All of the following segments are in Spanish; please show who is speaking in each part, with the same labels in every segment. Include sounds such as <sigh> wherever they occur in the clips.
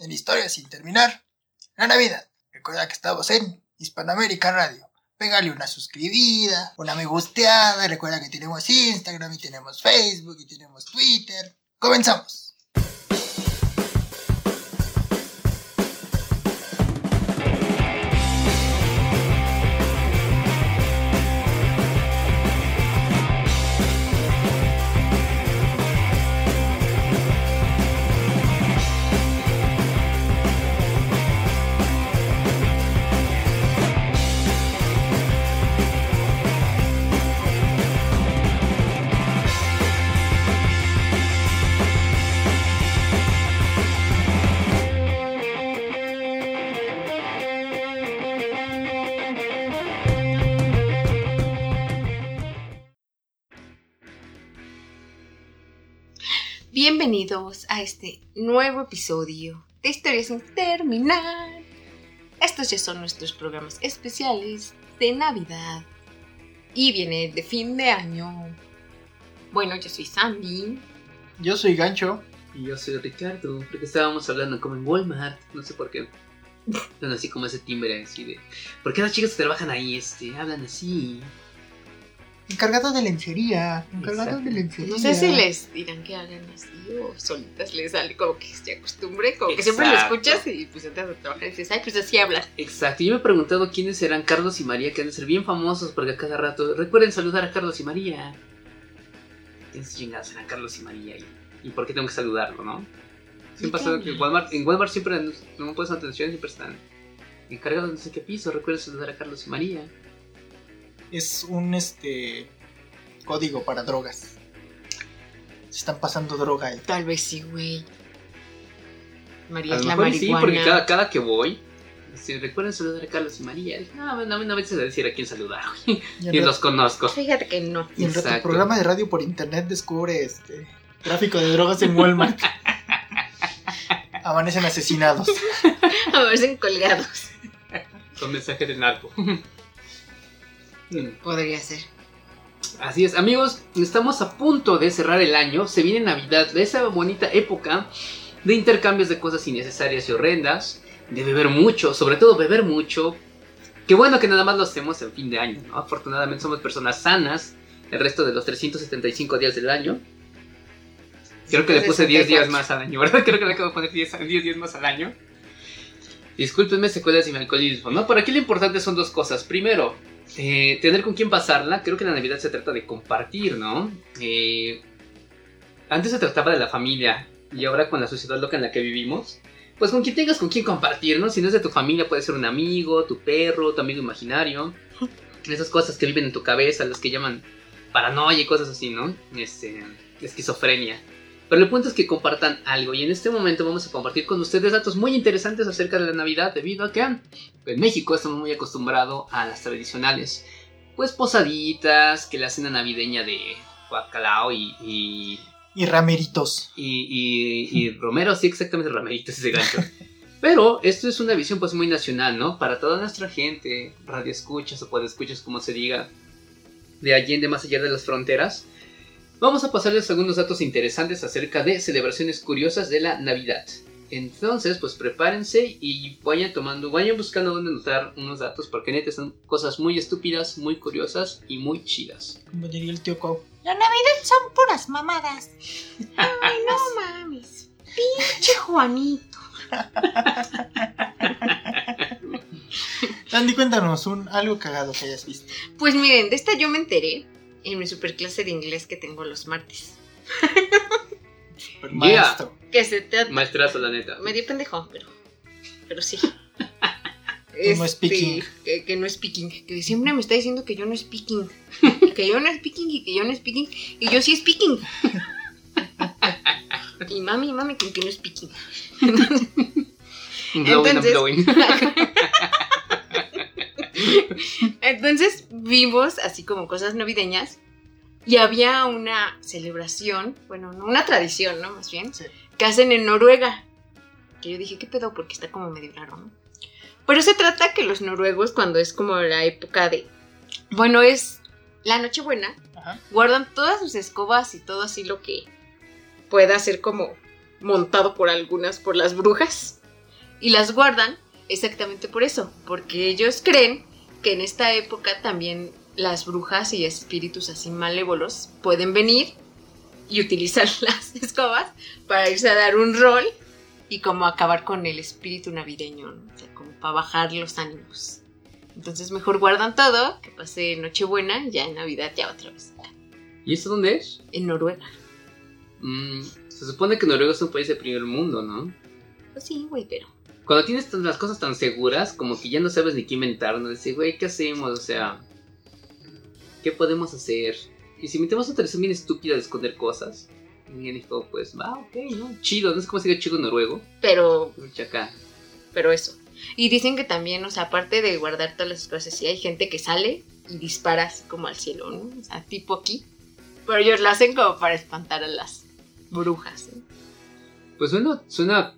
Speaker 1: en Historia sin terminar. La Navidad. Recuerda que estamos en Hispanoamérica Radio. Pégale una suscribida, una me gusteada. Recuerda que tenemos Instagram y tenemos Facebook y tenemos Twitter. Comenzamos.
Speaker 2: Bienvenidos a este nuevo episodio de Historia sin terminar. Estos ya son nuestros programas especiales de Navidad. Y viene de fin de año. Bueno, yo soy Sandy.
Speaker 1: Yo soy Gancho.
Speaker 3: Y yo soy Ricardo, porque estábamos hablando como en Walmart, no sé por qué. Dando así como ese timbre así de. ¿Por qué las chicas que trabajan ahí este, hablan así?
Speaker 1: Encargado de lencería. Encargado
Speaker 3: Exacto.
Speaker 1: de lencería.
Speaker 2: No sé si les dirán que hagan así o solitas les sale como que se acostumbre, como que siempre lo
Speaker 3: Exacto.
Speaker 2: escuchas y pues entras a trabajar y dices, ay, pues así hablan.
Speaker 3: Exacto, yo me he preguntado quiénes serán Carlos y María, que han de ser bien famosos, porque a cada rato recuerden saludar a Carlos y María. ¿Quiénes chingados serán Carlos y María? ¿Y, y por qué tengo que saludarlo, no? Siempre ha pasado que en Walmart, en Walmart siempre no- no me pones atención, siempre están encargados de no sé qué piso, recuerden saludar a Carlos y María.
Speaker 1: Es un este código para drogas. Se están pasando droga ahí.
Speaker 2: Tal vez sí, güey. María
Speaker 3: A
Speaker 2: es
Speaker 3: lo
Speaker 2: la
Speaker 3: mejor y sí,
Speaker 2: marihuana.
Speaker 3: porque cada, cada que voy, este, recuerden saludar a Carlos y María. No, no, no me dices a decir a quién saludar, güey.
Speaker 1: Y al
Speaker 3: Ni
Speaker 1: rato-
Speaker 3: los conozco.
Speaker 2: Fíjate que no. <laughs>
Speaker 1: Y el rato,
Speaker 3: Exacto.
Speaker 1: programa de radio por internet descubre este tráfico de drogas en
Speaker 3: <laughs>
Speaker 1: Walmart. Amanecen asesinados.
Speaker 2: A verse colgados.
Speaker 3: Con mensaje de narco. <laughs> Mm.
Speaker 2: Podría ser.
Speaker 3: Así es, amigos, estamos a punto de cerrar el año, se viene Navidad, esa bonita época de intercambios de cosas innecesarias y horrendas, de beber mucho, sobre todo beber mucho. Qué bueno que nada más lo hacemos en fin de año, ¿no? Afortunadamente somos personas sanas el resto de los 375 días del año. Creo que le puse 10 días más al año, ¿verdad? <laughs> Creo que le acabo de poner 10, 10 días más al año. Discúlpenme secuelas y mi alcoholismo, ¿no? Pero aquí lo importante son dos cosas. Primero, eh, tener con quién pasarla. Creo que la Navidad se trata de compartir, ¿no? Eh, antes se trataba de la familia y ahora con la sociedad loca en la que vivimos, pues con quien tengas con quien compartir, ¿no? Si no es de tu familia, puede ser un amigo, tu perro, tu amigo imaginario. Esas cosas que viven en tu cabeza, las que llaman paranoia y cosas así, ¿no? Este, esquizofrenia. Pero el punto es que compartan algo y en este momento vamos a compartir con ustedes datos muy interesantes acerca de la Navidad debido a que en México estamos muy acostumbrados a las tradicionales, pues posaditas, que la cena navideña de bacalao y, y,
Speaker 1: Y rameritos.
Speaker 3: y, y- y Romero, sí, exactamente Romerito ese gancho. Pero esto es una visión pues muy nacional, ¿no? Para toda nuestra gente, radioescuchas o podescuchas, como se diga, de Allende, más allá de las fronteras, vamos a pasarles algunos datos interesantes acerca de celebraciones curiosas de la Navidad. Entonces, pues prepárense y vayan tomando, vayan buscando dónde anotar unos datos, porque neta son cosas muy estúpidas, muy curiosas y muy chidas.
Speaker 1: Como diría el tío Cow.
Speaker 2: La Navidad son puras mamadas. Ay, no mames. Pinche Juanito.
Speaker 1: Andy, cuéntanos un, algo cagado que hayas visto.
Speaker 2: Pues miren, de esta yo me enteré en mi superclase de inglés que tengo los martes.
Speaker 1: Super
Speaker 3: Yeah.
Speaker 1: maestro.
Speaker 2: Que se trata.
Speaker 3: Maestrazo, la
Speaker 1: Mm.
Speaker 3: neta.
Speaker 2: Medio pendejo, pero.
Speaker 1: <laughs>
Speaker 2: Pero sí.
Speaker 1: no es
Speaker 2: Este,
Speaker 1: picking.
Speaker 2: Que, que no es picking. Que siempre me está diciendo que yo no es
Speaker 1: <laughs>
Speaker 2: picking. que yo no es picking y que yo no es picking. Y yo sí
Speaker 1: <laughs>
Speaker 2: es picking. y mami, mami, con que no es picking.
Speaker 3: Blowing and
Speaker 2: Entonces-
Speaker 3: blowing.
Speaker 2: Entonces vimos así como cosas navideñas y había una celebración, bueno, no, una tradición, ¿no? Más bien,
Speaker 1: Sí.
Speaker 2: que hacen en Noruega. Que yo dije, ¿qué pedo? Porque está como medio raro, ¿no? Pero se trata que los noruegos, cuando es como la época de, bueno, es la Nochebuena,
Speaker 1: Ajá.
Speaker 2: guardan todas sus escobas y todo así lo que pueda ser como montado por algunas, por las brujas. Y las guardan exactamente por eso, porque ellos creen que en esta época también las brujas y espíritus así malévolos pueden venir y utilizar <laughs> las escobas para irse a dar un rol y como acabar con el espíritu navideño, ¿no? o sea, como para bajar los ánimos. Entonces mejor guardan todo, que pase Nochebuena, ya en Navidad ya otra vez.
Speaker 3: <laughs> ¿Y esto dónde es?
Speaker 2: En Noruega.
Speaker 3: Mm, se supone que Noruega es un país de primer mundo, ¿no?
Speaker 2: Pues sí, güey, pero
Speaker 3: Cuando tienes tan- las cosas tan seguras, como que ya no sabes ni qué inventar, ¿no? Dices, güey, ¿qué hacemos? O sea, ¿qué podemos hacer? Y si metemos otra versión bien estúpida de esconder cosas, y dijo, pues, va, ok, ¿no? Chido, no sé cómo se diga chido en noruego, pues,
Speaker 2: pero
Speaker 3: pero acá.
Speaker 2: pero eso. Y dicen que también, o sea, aparte de guardar todas las cosas, sí hay gente que sale y dispara así como al cielo, ¿no? O sea, tipo aquí. Pero ellos lo hacen como para espantar a las brujas. <laughs> ¿eh?
Speaker 3: Pues bueno, suena.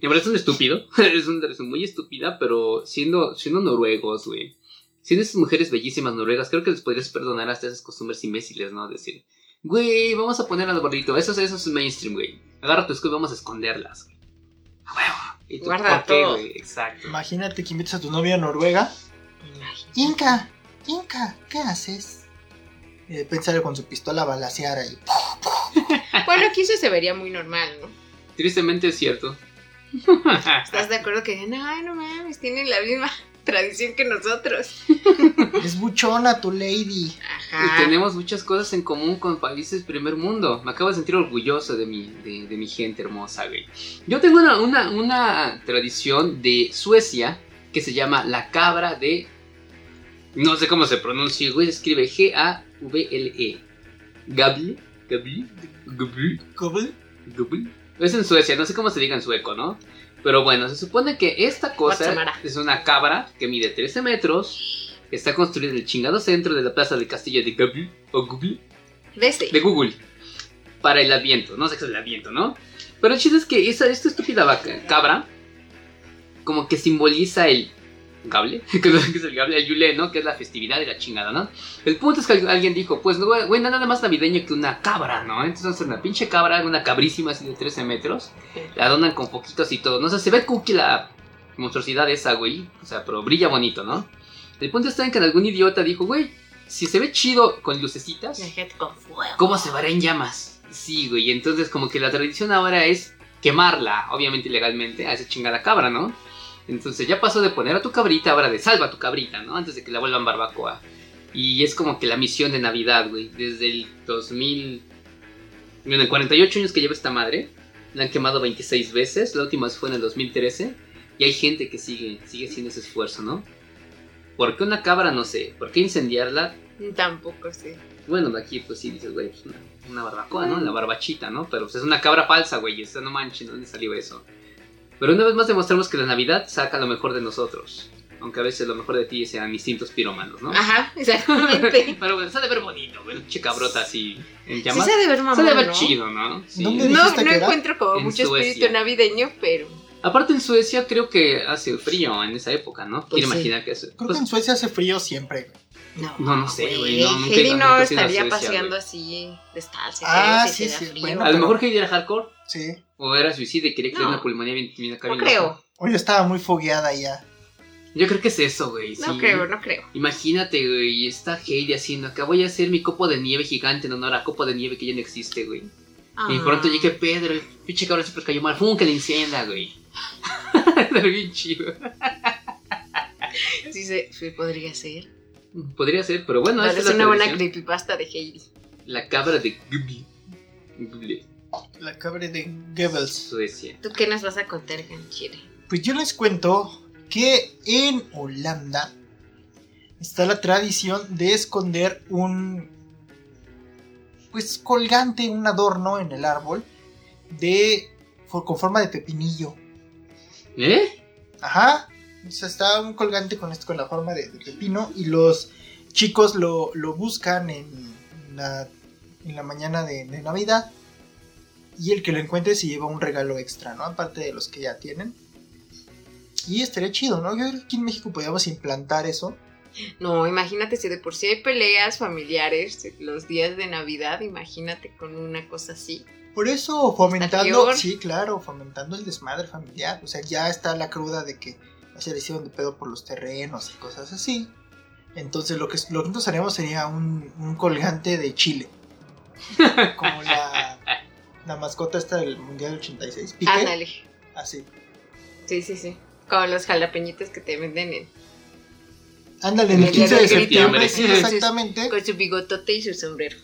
Speaker 3: En verdad es un estúpido. <laughs> es una razón muy estúpida, pero siendo, siendo noruegos, güey. Siendo esas mujeres bellísimas noruegas, creo que les podrías perdonar hasta esas costumbres imbéciles, ¿no? Decir, güey, vamos a poner al gordito. Eso, es- eso es mainstream, güey. Agarra tu escudo y vamos a esconderlas, güey. A huevo. Y tú,
Speaker 2: Guarda
Speaker 3: ¿por qué,
Speaker 2: todo.
Speaker 3: güey? Exacto.
Speaker 1: Imagínate que invitas a tu novia a Noruega. Inca, Inca, ¿qué haces? Y de pensar con su pistola balasear ahí.
Speaker 2: Bueno, aquí eso se vería muy normal, ¿no?
Speaker 3: Tristemente es cierto.
Speaker 2: ¿Estás de acuerdo que digan, ay, no mames, tienen la misma <laughs> tradición que nosotros?
Speaker 1: Es buchona tu lady.
Speaker 3: Y
Speaker 2: Ajá.
Speaker 3: tenemos muchas cosas en común con países primer mundo. Me acabo de sentir orgulloso de mi, de, de mi gente hermosa, güey. Yo tengo una, una, una tradición de Suecia que se llama la cabra de... No sé cómo se pronuncia, güey. Se escribe G-A-V-L-E. Gabli. Gabli. Gabli.
Speaker 1: ¿Cómo?
Speaker 3: Gabli. Es en Suecia, no sé cómo se diga en sueco, ¿no? Pero bueno, se supone que esta cosa
Speaker 2: Guatemala.
Speaker 3: es una cabra que mide 13 metros. Está construida en el chingado centro de la plaza del castillo de Gabli. O Gabli
Speaker 2: De ese.
Speaker 3: de Google para el Adviento, no sé qué es el Adviento, ¿no? Pero el chiste es que esa, esta estúpida vaca- cabra como que simboliza el gable, <laughs> que no sé qué es el gable, el yule, ¿no? Que es la festividad de la chingada, ¿no? El punto es que al- alguien dijo, pues, no, güey, nada más navideño que una cabra, ¿no? Entonces una pinche cabra, una cabrísima así de 13 metros, la donan con poquitos y todo, no sé, se ve cookie la monstruosidad esa, güey, o sea, pero brilla bonito, ¿no? El punto está en que algún idiota dijo, güey, si se ve chido con lucecitas,
Speaker 2: Imagínate con fuego.
Speaker 3: ¿Cómo se vará en llamas? Sí, güey. Entonces, como que la tradición ahora es quemarla, obviamente ilegalmente, a esa chingada cabra, ¿no? Entonces ya pasó de poner a tu cabrita, ahora de salva a tu cabrita, ¿no? Antes de que la vuelvan barbacoa. Y es como que la misión de Navidad, güey. Desde el 2000... Bueno, en 48 años que lleva esta madre, la han quemado 26 veces. La última fue en el 2013. Y hay gente que sigue, sigue haciendo ese esfuerzo, ¿no? ¿Por qué una cabra? No sé. ¿Por qué incendiarla?
Speaker 2: Tampoco sé.
Speaker 3: Bueno, de aquí pues sí dices, güey, pues, una, una barbacoa, ¿no? La barbachita, ¿no? Pero pues, es una cabra falsa, güey, esa no manches, ¿de ¿dónde salió eso? Pero una vez más demostramos que la Navidad saca lo mejor de nosotros. Aunque a veces lo mejor de ti sean instintos piromanos, <laughs> ¿no?
Speaker 2: Ajá, exactamente.
Speaker 3: Pero bueno, se ha de ver bonito, güey, una chica brota así en
Speaker 2: Sí
Speaker 3: llamas.
Speaker 2: <laughs> se ha de ver mamón,
Speaker 3: se ha de ver
Speaker 2: ¿no?
Speaker 3: chido, ¿no? Sí.
Speaker 1: ¿Dónde
Speaker 2: No,
Speaker 1: dijiste
Speaker 2: no
Speaker 1: que era?
Speaker 2: encuentro como
Speaker 3: En
Speaker 2: mucho espíritu
Speaker 3: Suecia.
Speaker 2: navideño, pero...
Speaker 3: Aparte en Suecia creo que hace frío en esa época, ¿no?
Speaker 1: Pues
Speaker 3: Quiero
Speaker 1: sí.
Speaker 3: imaginar que eso...
Speaker 1: Creo
Speaker 3: pues,
Speaker 1: que en Suecia hace frío siempre. güey.
Speaker 2: No,
Speaker 3: No, no sé, güey, no, nunca he
Speaker 2: Heidi no
Speaker 3: ido- nunca he ido a
Speaker 2: estaría
Speaker 3: Suecia,
Speaker 2: paseando
Speaker 3: güey.
Speaker 2: así, descalza.
Speaker 1: Ah,
Speaker 2: sí,
Speaker 1: sí,
Speaker 2: sí,
Speaker 1: sí,
Speaker 2: frío.
Speaker 1: bueno,
Speaker 3: A lo
Speaker 1: pero-
Speaker 3: mejor Heidi era hardcore
Speaker 1: Sí.
Speaker 3: o era suicida y quería que
Speaker 2: No.
Speaker 3: una pulmonía bien, bien acá,
Speaker 2: No
Speaker 3: bien loca.
Speaker 2: creo,
Speaker 1: Hoy estaba muy fogueada ya.
Speaker 3: Yo creo que es eso, güey.
Speaker 2: no
Speaker 3: sí.
Speaker 2: creo, no creo.
Speaker 3: Imagínate, güey, está Heidi haciendo acá. Voy a hacer mi copo de nieve gigante en honor a copo de nieve que ya no existe, güey.
Speaker 2: Ah.
Speaker 3: Y de pronto llegue Pedro, el pinche cabrón siempre cayó mal. ¡Fum! Que le encienda, güey. <laughs> Está bien chido.
Speaker 2: Ah, Sí, se, sí podría ser.
Speaker 3: Podría ser, pero bueno,
Speaker 2: Tal
Speaker 3: esa
Speaker 2: vez
Speaker 3: es la
Speaker 2: una buena
Speaker 3: tradición.
Speaker 2: creepypasta de Heidi.
Speaker 3: La cabra de Gubli. Gubli,
Speaker 1: La cabra de Goebbels.
Speaker 3: Suecia.
Speaker 2: ¿Tú qué nos vas a contar, Ganchire?
Speaker 1: Pues yo les cuento que en Holanda está la tradición de esconder un pues colgante, un adorno en el árbol de for- con forma de pepinillo.
Speaker 2: <laughs>
Speaker 3: ¿Eh?
Speaker 1: Ajá. O sea, está un colgante con esto con la forma de, de pepino y los chicos lo, lo buscan en la, en la mañana de, de Navidad y el que lo encuentre se lleva un regalo extra, ¿no? Aparte de los que ya tienen. Y estaría chido, ¿no? Yo creo que aquí en México podíamos implantar eso.
Speaker 2: No, imagínate si de por sí hay peleas familiares los días de Navidad, imagínate con una cosa así.
Speaker 1: Por eso fomentando,
Speaker 2: peor.
Speaker 1: sí, claro, fomentando el desmadre familiar. O sea, ya está la cruda de que se le hicieron de pedo por los terrenos y cosas así. Entonces lo que, lo que nos haríamos sería un, un colgante de Chile. Como la, la mascota esta del Mundial 86. Piqué,
Speaker 2: Ándale.
Speaker 1: Así.
Speaker 2: Sí, sí, sí. Con los jalapeñitos que te venden en-
Speaker 1: Ándale, en el
Speaker 2: El
Speaker 1: 15 de septiembre.
Speaker 3: septiembre.
Speaker 1: sí, exactamente.
Speaker 2: con su bigotote y su sombrero.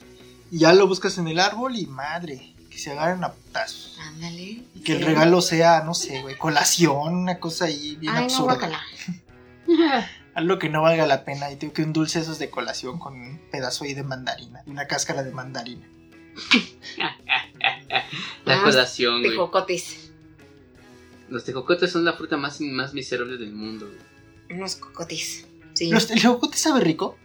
Speaker 1: Y ya lo buscas en el árbol y madre, que se agarren a putazos.
Speaker 2: Ándale.
Speaker 1: Y que el regalo sea, no sé, güey, colación, una cosa ahí bien
Speaker 2: Ay, no,
Speaker 1: absurda.
Speaker 2: guacala.
Speaker 1: Algo que no valga la pena. Y tengo que un dulce esos de colación con un pedazo ahí de mandarina. Una cáscara de mandarina.
Speaker 3: La
Speaker 2: Ah,
Speaker 3: colación, güey.
Speaker 2: Tejocotes.
Speaker 3: Los tejocotes son la fruta más, más miserable del mundo, güey.
Speaker 2: Unos cocotes. Sí.
Speaker 1: Los- ¿El tejocote sabe rico?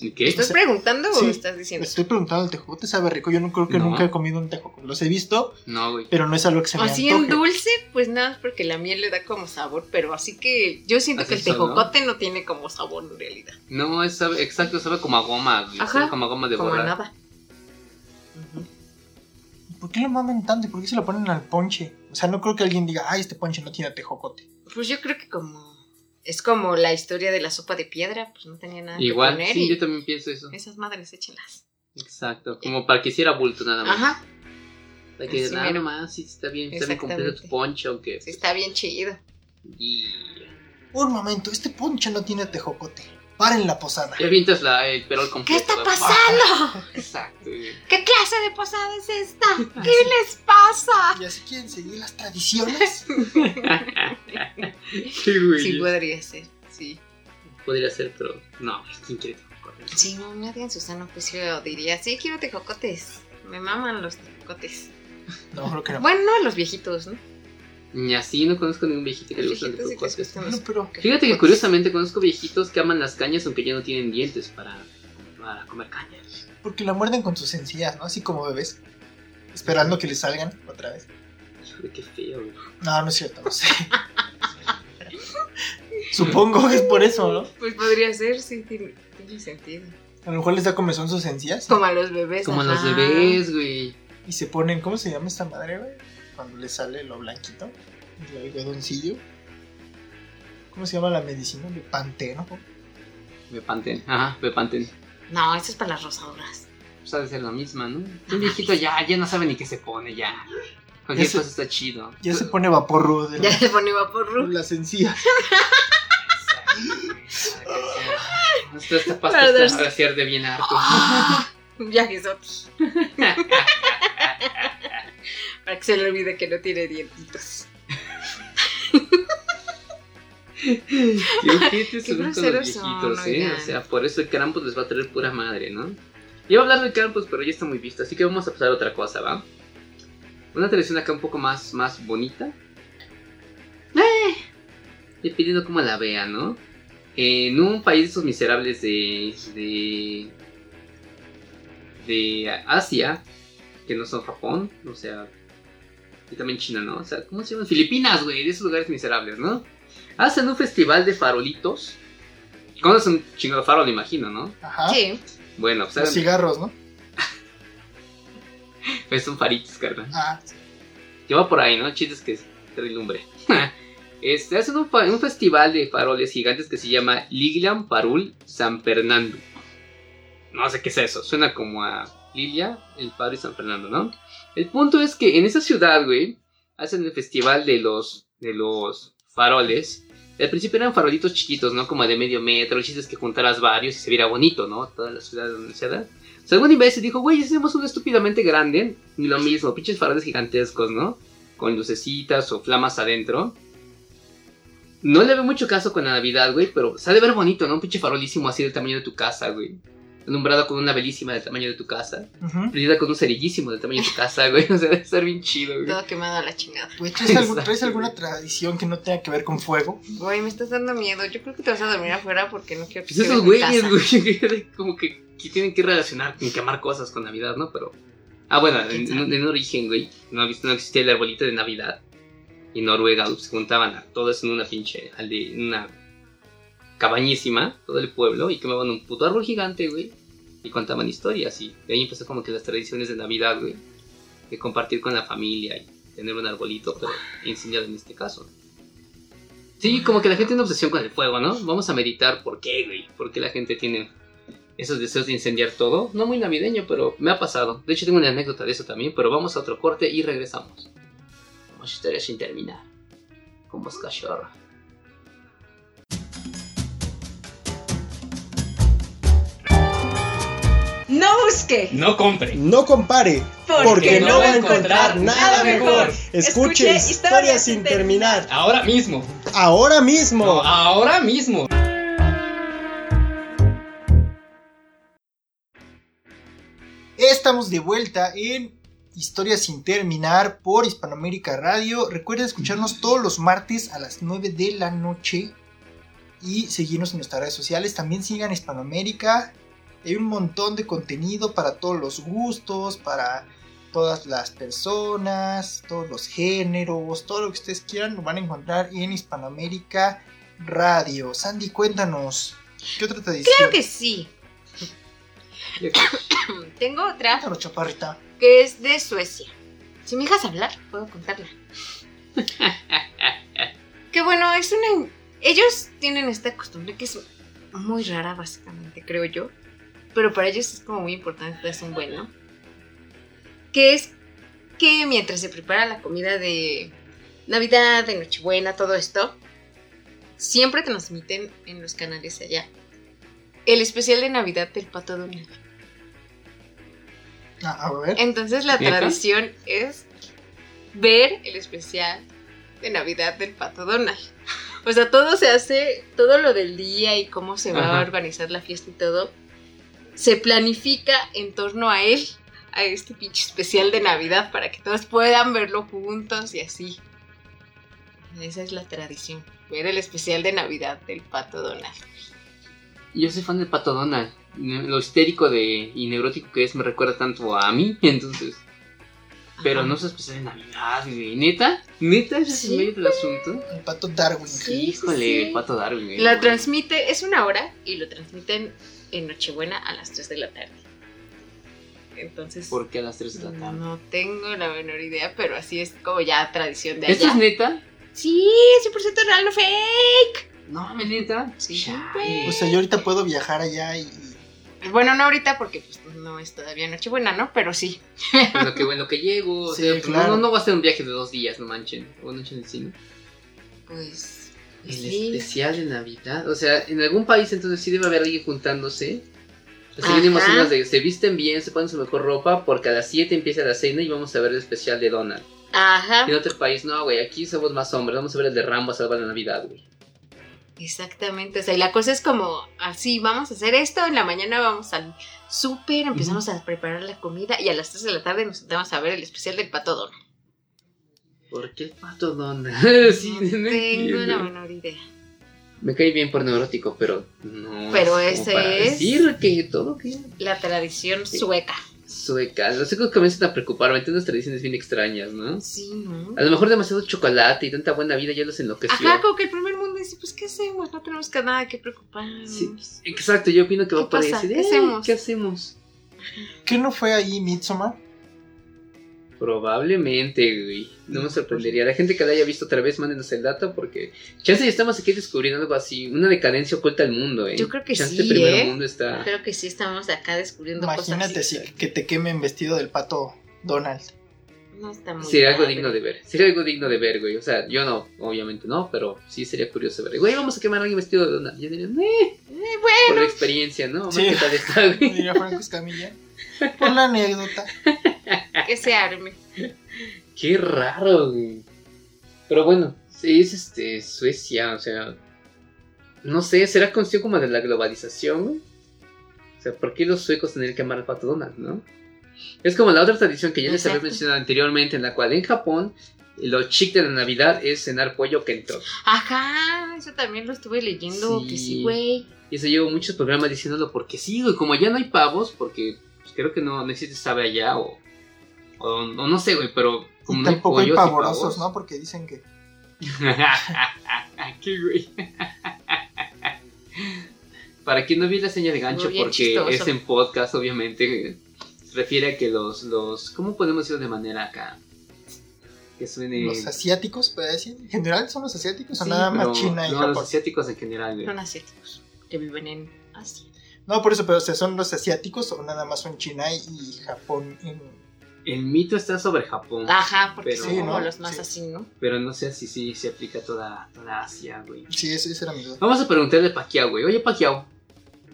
Speaker 3: ¿Y qué?
Speaker 2: ¿Estás preguntando
Speaker 1: Sí.
Speaker 2: o estás diciendo?
Speaker 1: Estoy preguntando, ¿el tejocote sabe rico? Yo no creo que
Speaker 3: No.
Speaker 1: nunca he comido un tejocote. Los he visto,
Speaker 3: No, güey.
Speaker 1: pero no es algo que se me
Speaker 2: Así en
Speaker 1: antoje.
Speaker 2: dulce, pues nada, más porque la miel le da como sabor, pero así que yo siento
Speaker 3: Así
Speaker 2: que el
Speaker 3: son, ¿no?
Speaker 2: tejocote ¿no? tiene como sabor en realidad,
Speaker 3: No, es- sabe, exacto, sabe como a goma, güey.
Speaker 2: Ajá.
Speaker 3: Sabe como a goma de
Speaker 2: como
Speaker 3: borrar.
Speaker 2: nada. Ujú.
Speaker 1: ¿Por qué lo maman tanto? ¿Y ¿Por qué se lo ponen al ponche? O sea, no creo que alguien diga, ay, este ponche no tiene tejocote.
Speaker 2: Pues yo creo que como es como la historia de la sopa de piedra, pues no tenía nada que
Speaker 3: Igual,
Speaker 2: poner
Speaker 3: sí,
Speaker 2: y
Speaker 3: yo también pienso eso.
Speaker 2: esas madres échenlas.
Speaker 3: Exacto, como para que hiciera bulto nada más.
Speaker 2: Ajá,
Speaker 3: Para que
Speaker 2: así
Speaker 3: nada
Speaker 2: mero.
Speaker 3: más, sí, está bien, está bien completo tu
Speaker 2: Exactamente.
Speaker 3: poncho, aunque...
Speaker 2: sí, está bien chido.
Speaker 3: Y...
Speaker 1: Un momento, este ponche no tiene tejocote. Paren la posada.
Speaker 2: Eh.
Speaker 3: Ya avientas la, el perol
Speaker 2: ¿Qué
Speaker 3: completo.
Speaker 2: está
Speaker 3: güey.
Speaker 2: pasando?
Speaker 3: Exacto, güey.
Speaker 2: ¿Qué clase de posada es
Speaker 1: <laughs>
Speaker 2: esta? ¿Qué les pasa?
Speaker 1: Y así quieren seguir las
Speaker 2: <laughs>
Speaker 1: tradiciones.
Speaker 3: Qué güey.
Speaker 2: Sí podría ser, sí.
Speaker 3: Podría ser, pero no, güey, ¿quién quiere tejocotes?
Speaker 2: Sí, no, nadie en su sano juicio diría, sí, quiero tejocotes. Me maman los tejocotes.
Speaker 1: No, creo que no.
Speaker 2: Bueno, no los viejitos, ¿no?
Speaker 3: Ni así no conozco ningún viejito que le
Speaker 2: Los
Speaker 3: guste los
Speaker 2: viejitos sí que les gustan
Speaker 3: tejocotes.
Speaker 2: los
Speaker 1: No, pero-
Speaker 3: Fíjate que
Speaker 2: tejocotes.
Speaker 3: curiosamente conozco viejitos que aman las cañas aunque ya no tienen dientes para, para comer cañas.
Speaker 1: Porque la muerden con sus encías, ¿no? Así como bebés. Esperando que le salgan otra vez.
Speaker 3: Híjole, qué feo, güey.
Speaker 1: No, no es cierto, no sé. <laughs> Supongo que es por eso, ¿no?
Speaker 2: Pues podría ser, sí, tiene, tiene sentido.
Speaker 1: A lo mejor les da comezón sus encías
Speaker 2: Como a los bebés.
Speaker 3: Como los
Speaker 2: ajá.
Speaker 3: bebés, güey.
Speaker 1: y se ponen, ¿cómo se llama esta madre, güey? Cuando le sale lo blanquito, el algodoncillo. ¿Cómo se llama la medicina? De panteno.
Speaker 3: Bepanten, ajá, bepanten.
Speaker 2: No, eso es para las rosaduras.
Speaker 3: Pues ha de ser la misma, ¿no? Un viejito ya, ya no sabe ni qué se pone, ya.
Speaker 1: Ya
Speaker 3: Cualquier
Speaker 1: se-
Speaker 3: cosa está chido.
Speaker 1: Ya se pone vapor rudo de
Speaker 2: <laughs> Ya se pone vapor ru-
Speaker 1: las encías.
Speaker 3: Esta, esta pasta
Speaker 2: Para
Speaker 3: está
Speaker 2: darse-
Speaker 3: ahora sí arde bien harto.
Speaker 2: Un viaje exótico. <laughs> Para que se le olvide que no tiene dientitos.
Speaker 3: Qué ojetes
Speaker 2: Qué
Speaker 3: son con los
Speaker 2: groseros
Speaker 3: viejitos,
Speaker 2: son,
Speaker 3: ¿eh?
Speaker 2: oigan.
Speaker 3: O sea, por eso el Krampus les va a traer pura madre, ¿no? Iba a hablar de Krampus, pero ya está muy visto, así que vamos a pasar a otra cosa, ¿va? Una tradición acá un poco más, más bonita. Eh, dependiendo cómo la vea, ¿no? En un país de esos miserables de, de. de Asia, que no son Japón, o sea. y también China, ¿no? O sea, ¿cómo se llaman? Filipinas, güey, de esos lugares miserables, ¿no? Hacen un festival de farolitos. Conoces un chingo de farol, imagino, ¿no?
Speaker 1: Ajá.
Speaker 2: Sí.
Speaker 3: Bueno, pues
Speaker 1: Los
Speaker 3: eran-
Speaker 1: cigarros, ¿no?
Speaker 3: pues son faritos, carnal.
Speaker 1: Ah,
Speaker 3: Que va por ahí, ¿no? Chistes que te relumbre. <laughs> este, hacen un, fa- un festival de faroles gigantes que se llama Liglian Farul San Fernando. No sé qué es eso, suena como a Lilia, el Farol y San Fernando, ¿no? El punto es que en esa ciudad, güey, hacen el festival de los, de los faroles. Al principio eran farolitos chiquitos, ¿no? Como de medio metro, el chiste es que juntaras varios y se viera bonito, ¿no? Toda la ciudad donde se da. O sea, algún imbécil dijo, güey, hacemos uno estúpidamente grande. Y lo mismo, pinches faroles gigantescos, ¿no? Con lucecitas o flamas adentro. No le veo mucho caso con la Navidad, güey, pero se ha de ver bonito, ¿no? Un pinche farolísimo así del tamaño de tu casa, güey. Alumbrado con una velísima del tamaño de tu casa.
Speaker 1: ujú.
Speaker 3: Prendida con un cerillísimo del tamaño de tu casa, güey. <laughs> O sea, debe estar bien chido, güey.
Speaker 2: Todo quemado a la chingada.
Speaker 1: Güey, ¿traes, algún-
Speaker 3: Exacto,
Speaker 1: traes alguna
Speaker 3: güey.
Speaker 1: tradición que no tenga que ver con fuego?
Speaker 2: Güey, me estás dando miedo. Yo creo que te vas a dormir afuera porque no quiero que
Speaker 3: Pues
Speaker 2: te veas
Speaker 3: esos
Speaker 2: mi
Speaker 3: güeyes,
Speaker 2: casa.
Speaker 3: güey, <laughs> que como que, que tienen que relacionar con quemar cosas con Navidad, ¿no? Pero. Ah, bueno, en, en- en origen, güey, no, había- no existía el arbolito de Navidad. Y en Noruega pues, se juntaban a todos en una pinche. alde- en una cabañísima, todo el pueblo, y quemaban un puto árbol gigante, güey. Y contaban historias, y de ahí empezó como que las tradiciones de Navidad, güey. de compartir con la familia y tener un arbolito, pero incendiado en este caso. Sí, como que la gente tiene una obsesión con el fuego, ¿no? Vamos a meditar por qué, güey. ¿Por qué la gente tiene esos deseos de incendiar todo? No muy navideño, pero me ha pasado. De hecho, tengo una anécdota de eso también, pero vamos a otro corte y regresamos. Más historias sin terminar. Con voz cachorra.
Speaker 4: No busque,
Speaker 5: No compre.
Speaker 6: No compare,
Speaker 4: porque, no, va a encontrar nada mejor.
Speaker 6: Escuche
Speaker 4: Escuche
Speaker 6: Historias sin terminar
Speaker 5: Ahora mismo.
Speaker 6: ahora mismo.
Speaker 5: No, ahora mismo.
Speaker 1: Estamos de vuelta en Historias sin terminar por Hispanoamérica Radio. Recuerda escucharnos todos los martes a las 9 de la noche y seguirnos en nuestras redes sociales. También sigan Hispanoamérica. Hay un montón de contenido para todos los gustos, para todas las personas, todos los géneros, todo lo que ustedes quieran lo van a encontrar en Hispanoamérica Radio. Sandy, cuéntanos, ¿qué otra tradición?
Speaker 2: Creo que sí. <coughs> Tengo otra
Speaker 1: Cuéntanos, chaparrita.
Speaker 2: que es de Suecia. Si me dejas hablar, puedo contarla. que bueno, es una... Ellos tienen esta costumbre que es muy rara, básicamente, creo yo. Pero para ellos es como muy importante, es un buen, ¿no? Que es que mientras se prepara la comida de Navidad, de Nochebuena, todo esto, siempre transmiten en los canales allá el especial de Navidad del Pato Donald.
Speaker 1: Ah, a ver.
Speaker 2: Entonces la
Speaker 3: ¿Neta?
Speaker 2: tradición es ver el especial de Navidad del Pato Donald. O sea, todo se hace, todo lo del día y cómo se va a
Speaker 3: Ajá.
Speaker 2: organizar la fiesta y todo, se planifica en torno a él, a este pinche especial de Navidad, para que todos puedan verlo juntos y así. Esa es la tradición, ver el especial de Navidad del Pato Donald.
Speaker 3: Yo soy fan del Pato Donald. Lo histérico de, y neurótico que es me recuerda tanto a mí, <laughs> entonces. Pero
Speaker 2: Ajá.
Speaker 3: no se especial de Navidad, güey. ¿Neta? ¿Neta? ¿Ese es
Speaker 2: Sí,
Speaker 3: el medio del asunto?
Speaker 1: El pato Darwin.
Speaker 2: Sí,
Speaker 3: Híjole,
Speaker 2: sí.
Speaker 3: el Pato Darwin. güey.
Speaker 2: La transmite, es una hora y lo transmiten en Nochebuena a las 3 de la tarde. Entonces,
Speaker 3: ¿Por qué a las 3 de
Speaker 2: Mm.
Speaker 3: la tarde?
Speaker 2: no tengo la menor idea, pero así es como ya tradición de
Speaker 3: ¿Esto
Speaker 2: allá.
Speaker 3: es neta?
Speaker 2: Sí, 100% real, no fake.
Speaker 3: No, ¿me neta?
Speaker 2: Sí,
Speaker 3: Chale.
Speaker 2: güey.
Speaker 1: O sea, yo ahorita puedo viajar allá y. y-
Speaker 2: Bueno, no ahorita porque pues, no es todavía Nochebuena, ¿no? Pero sí.
Speaker 3: Pues lo que bueno que llego. o
Speaker 1: Sí,
Speaker 3: sea, pues,
Speaker 1: claro.
Speaker 3: no, no va a ser un viaje de dos días, no manchen. O no manchen el cine.
Speaker 2: Pues.
Speaker 3: El
Speaker 2: sí.
Speaker 3: especial de Navidad. O sea, en algún país entonces sí debe haber alguien juntándose. Pues, Así
Speaker 2: Ajá.
Speaker 3: venimos unas de se visten bien, se ponen su mejor ropa, porque a las 7 empieza la cena y vamos a ver el especial de Donald.
Speaker 2: Ajá.
Speaker 3: Y En otro país, no, güey, aquí somos más hombres, vamos a ver el de Rambo a salvar la Navidad, güey.
Speaker 2: Exactamente, o sea, y la cosa es como así, vamos a hacer esto, en la mañana vamos al súper, empezamos a preparar la comida y a las 3 de la tarde nos sentamos a ver el especial del pato Donald.
Speaker 3: ¿Por qué el pato Donald? <laughs> sí,
Speaker 2: no
Speaker 3: no
Speaker 2: tengo
Speaker 3: entiendo.
Speaker 2: la menor idea.
Speaker 3: Me cae bien por neurótico, pero no.
Speaker 2: Pero
Speaker 3: es como
Speaker 2: ese
Speaker 3: para
Speaker 2: es-
Speaker 3: Decir que todo que.
Speaker 2: La tradición
Speaker 3: Sí.
Speaker 2: sueca.
Speaker 3: Sueca. Los suecos comienzan a preocuparme, tienen unas tradiciones bien extrañas, ¿no?
Speaker 2: Sí, ¿no?
Speaker 3: A lo mejor demasiado chocolate y tanta buena vida ya los enloqueció.
Speaker 2: Ajá, como que el primer mundo dice, pues, ¿qué hacemos? No tenemos que nada que preocuparnos.
Speaker 3: Sí. Exacto, yo opino que va
Speaker 2: ¿Qué
Speaker 3: por ahí.
Speaker 2: pasa?
Speaker 3: así de,
Speaker 2: ¿Qué
Speaker 3: "Ey,
Speaker 2: hacemos?"
Speaker 3: ¿Qué hacemos?
Speaker 1: ¿Qué no fue ahí Midsommar?
Speaker 3: Probablemente, güey. No me sorprendería. La gente que la haya visto otra vez, mándenos el dato porque chance ya estamos aquí descubriendo algo así. Una decadencia oculta al mundo, ¿eh?
Speaker 2: Yo creo que
Speaker 3: chance
Speaker 2: sí,
Speaker 3: el primer
Speaker 2: ¿eh?
Speaker 3: mundo está...
Speaker 2: Creo que sí estamos acá descubriendo
Speaker 1: Imagínate
Speaker 2: cosas.
Speaker 1: si, que te quemen vestido del pato Donald.
Speaker 2: No está muy
Speaker 3: Sería algo
Speaker 2: padre.
Speaker 3: digno de ver. Sería algo digno de ver, güey. O sea, yo no, obviamente no, pero sí sería curioso ver. Güey, vamos a quemar a alguien vestido de Donald. Yo diría, eh, por la experiencia, ¿no? Vamos a ver
Speaker 1: <laughs> Sí.
Speaker 3: ¿Qué tal está, güey?
Speaker 1: Diría Franco Escamilla. Por la anécdota.
Speaker 2: Que se arme.
Speaker 3: Qué raro, güey. Pero bueno, sí, es este, Suecia, o sea. No sé, será cuestión como de la globalización, güey. O sea, ¿por qué los suecos tendrían que amar al pato Donald, no? Es como la otra tradición que ya les había
Speaker 2: Exacto.
Speaker 3: mencionado anteriormente, en la cual en Japón lo chic de la Navidad es cenar pollo Kentucky.
Speaker 2: Ajá, eso también lo estuve leyendo, que sí,
Speaker 3: Sí.
Speaker 2: güey.
Speaker 3: Y eso llevo muchos programas diciéndolo porque sí, güey. Como ya no hay pavos, porque pues, creo que no, no existe sabe allá o, o, o no sé, güey, pero como
Speaker 1: Y
Speaker 3: no hay
Speaker 1: tampoco hay
Speaker 3: pollos y
Speaker 1: pavorosos,
Speaker 3: pavos-
Speaker 1: ¿no? Porque dicen que.
Speaker 3: <laughs> Qué güey. <laughs> Para quien no vi la seña de gancho,
Speaker 2: Estuvo bien
Speaker 3: porque
Speaker 2: chistoso.
Speaker 3: es en podcast, obviamente. refiere a que los, los, ¿cómo podemos decirlo de manera acá? Que suene...
Speaker 1: Los asiáticos, puede decir. En general son los asiáticos o
Speaker 2: Sí,
Speaker 1: nada más
Speaker 3: pero-
Speaker 1: China y
Speaker 3: no, los
Speaker 1: Japón.
Speaker 3: asiáticos en general, güey.
Speaker 2: Son asiáticos pues, que viven en Asia.
Speaker 1: No, por eso, pero o sea, son los asiáticos o nada más son China y Japón. en-
Speaker 3: El mito está sobre Japón,
Speaker 2: Ajá, porque
Speaker 3: Pero-
Speaker 2: son
Speaker 1: Sí,
Speaker 2: como
Speaker 1: ¿no?
Speaker 2: los más
Speaker 1: Sí.
Speaker 2: así, ¿no?
Speaker 3: pero no sé si sí se aplica a toda, toda Asia, güey.
Speaker 1: Sí, eso, esa era mi duda.
Speaker 3: Vamos a preguntarle a Pacquiao, güey. Oye, Pacquiao,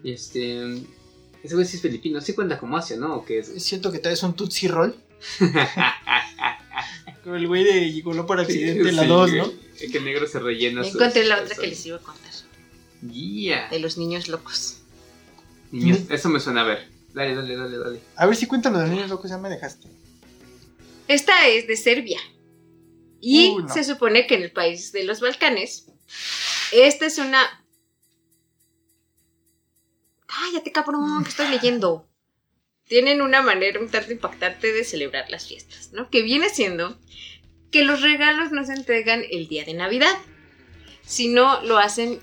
Speaker 3: este... Ese güey sí es filipino, sí cuenta como Asia, ¿no? ¿O qué es?
Speaker 1: Siento que traes un Tootsie
Speaker 3: <laughs>
Speaker 1: Roll. Como el güey de Gigoló por accidente, la
Speaker 3: Sí,
Speaker 1: 2,
Speaker 3: güey.
Speaker 1: ¿no?
Speaker 3: Es que el negro se rellena.
Speaker 2: Ya
Speaker 3: sus-
Speaker 2: encontré la otra
Speaker 3: sus-
Speaker 2: que Eh, les iba a contar.
Speaker 3: Guía.
Speaker 2: De los niños locos.
Speaker 3: Niños,
Speaker 2: mm.
Speaker 3: eso me suena a ver. Dale, dale, dale, dale.
Speaker 1: A ver si cuentan los niños locos, ya me dejaste.
Speaker 2: Esta es de Serbia. Y
Speaker 1: Uy, no.
Speaker 2: se supone que en el país de los Balcanes, esta es una... Cállate, cabrón, que estoy leyendo. Tienen una manera un tanto impactante de celebrar las fiestas, ¿no? Que viene siendo que los regalos no se entregan el día de Navidad, sino lo hacen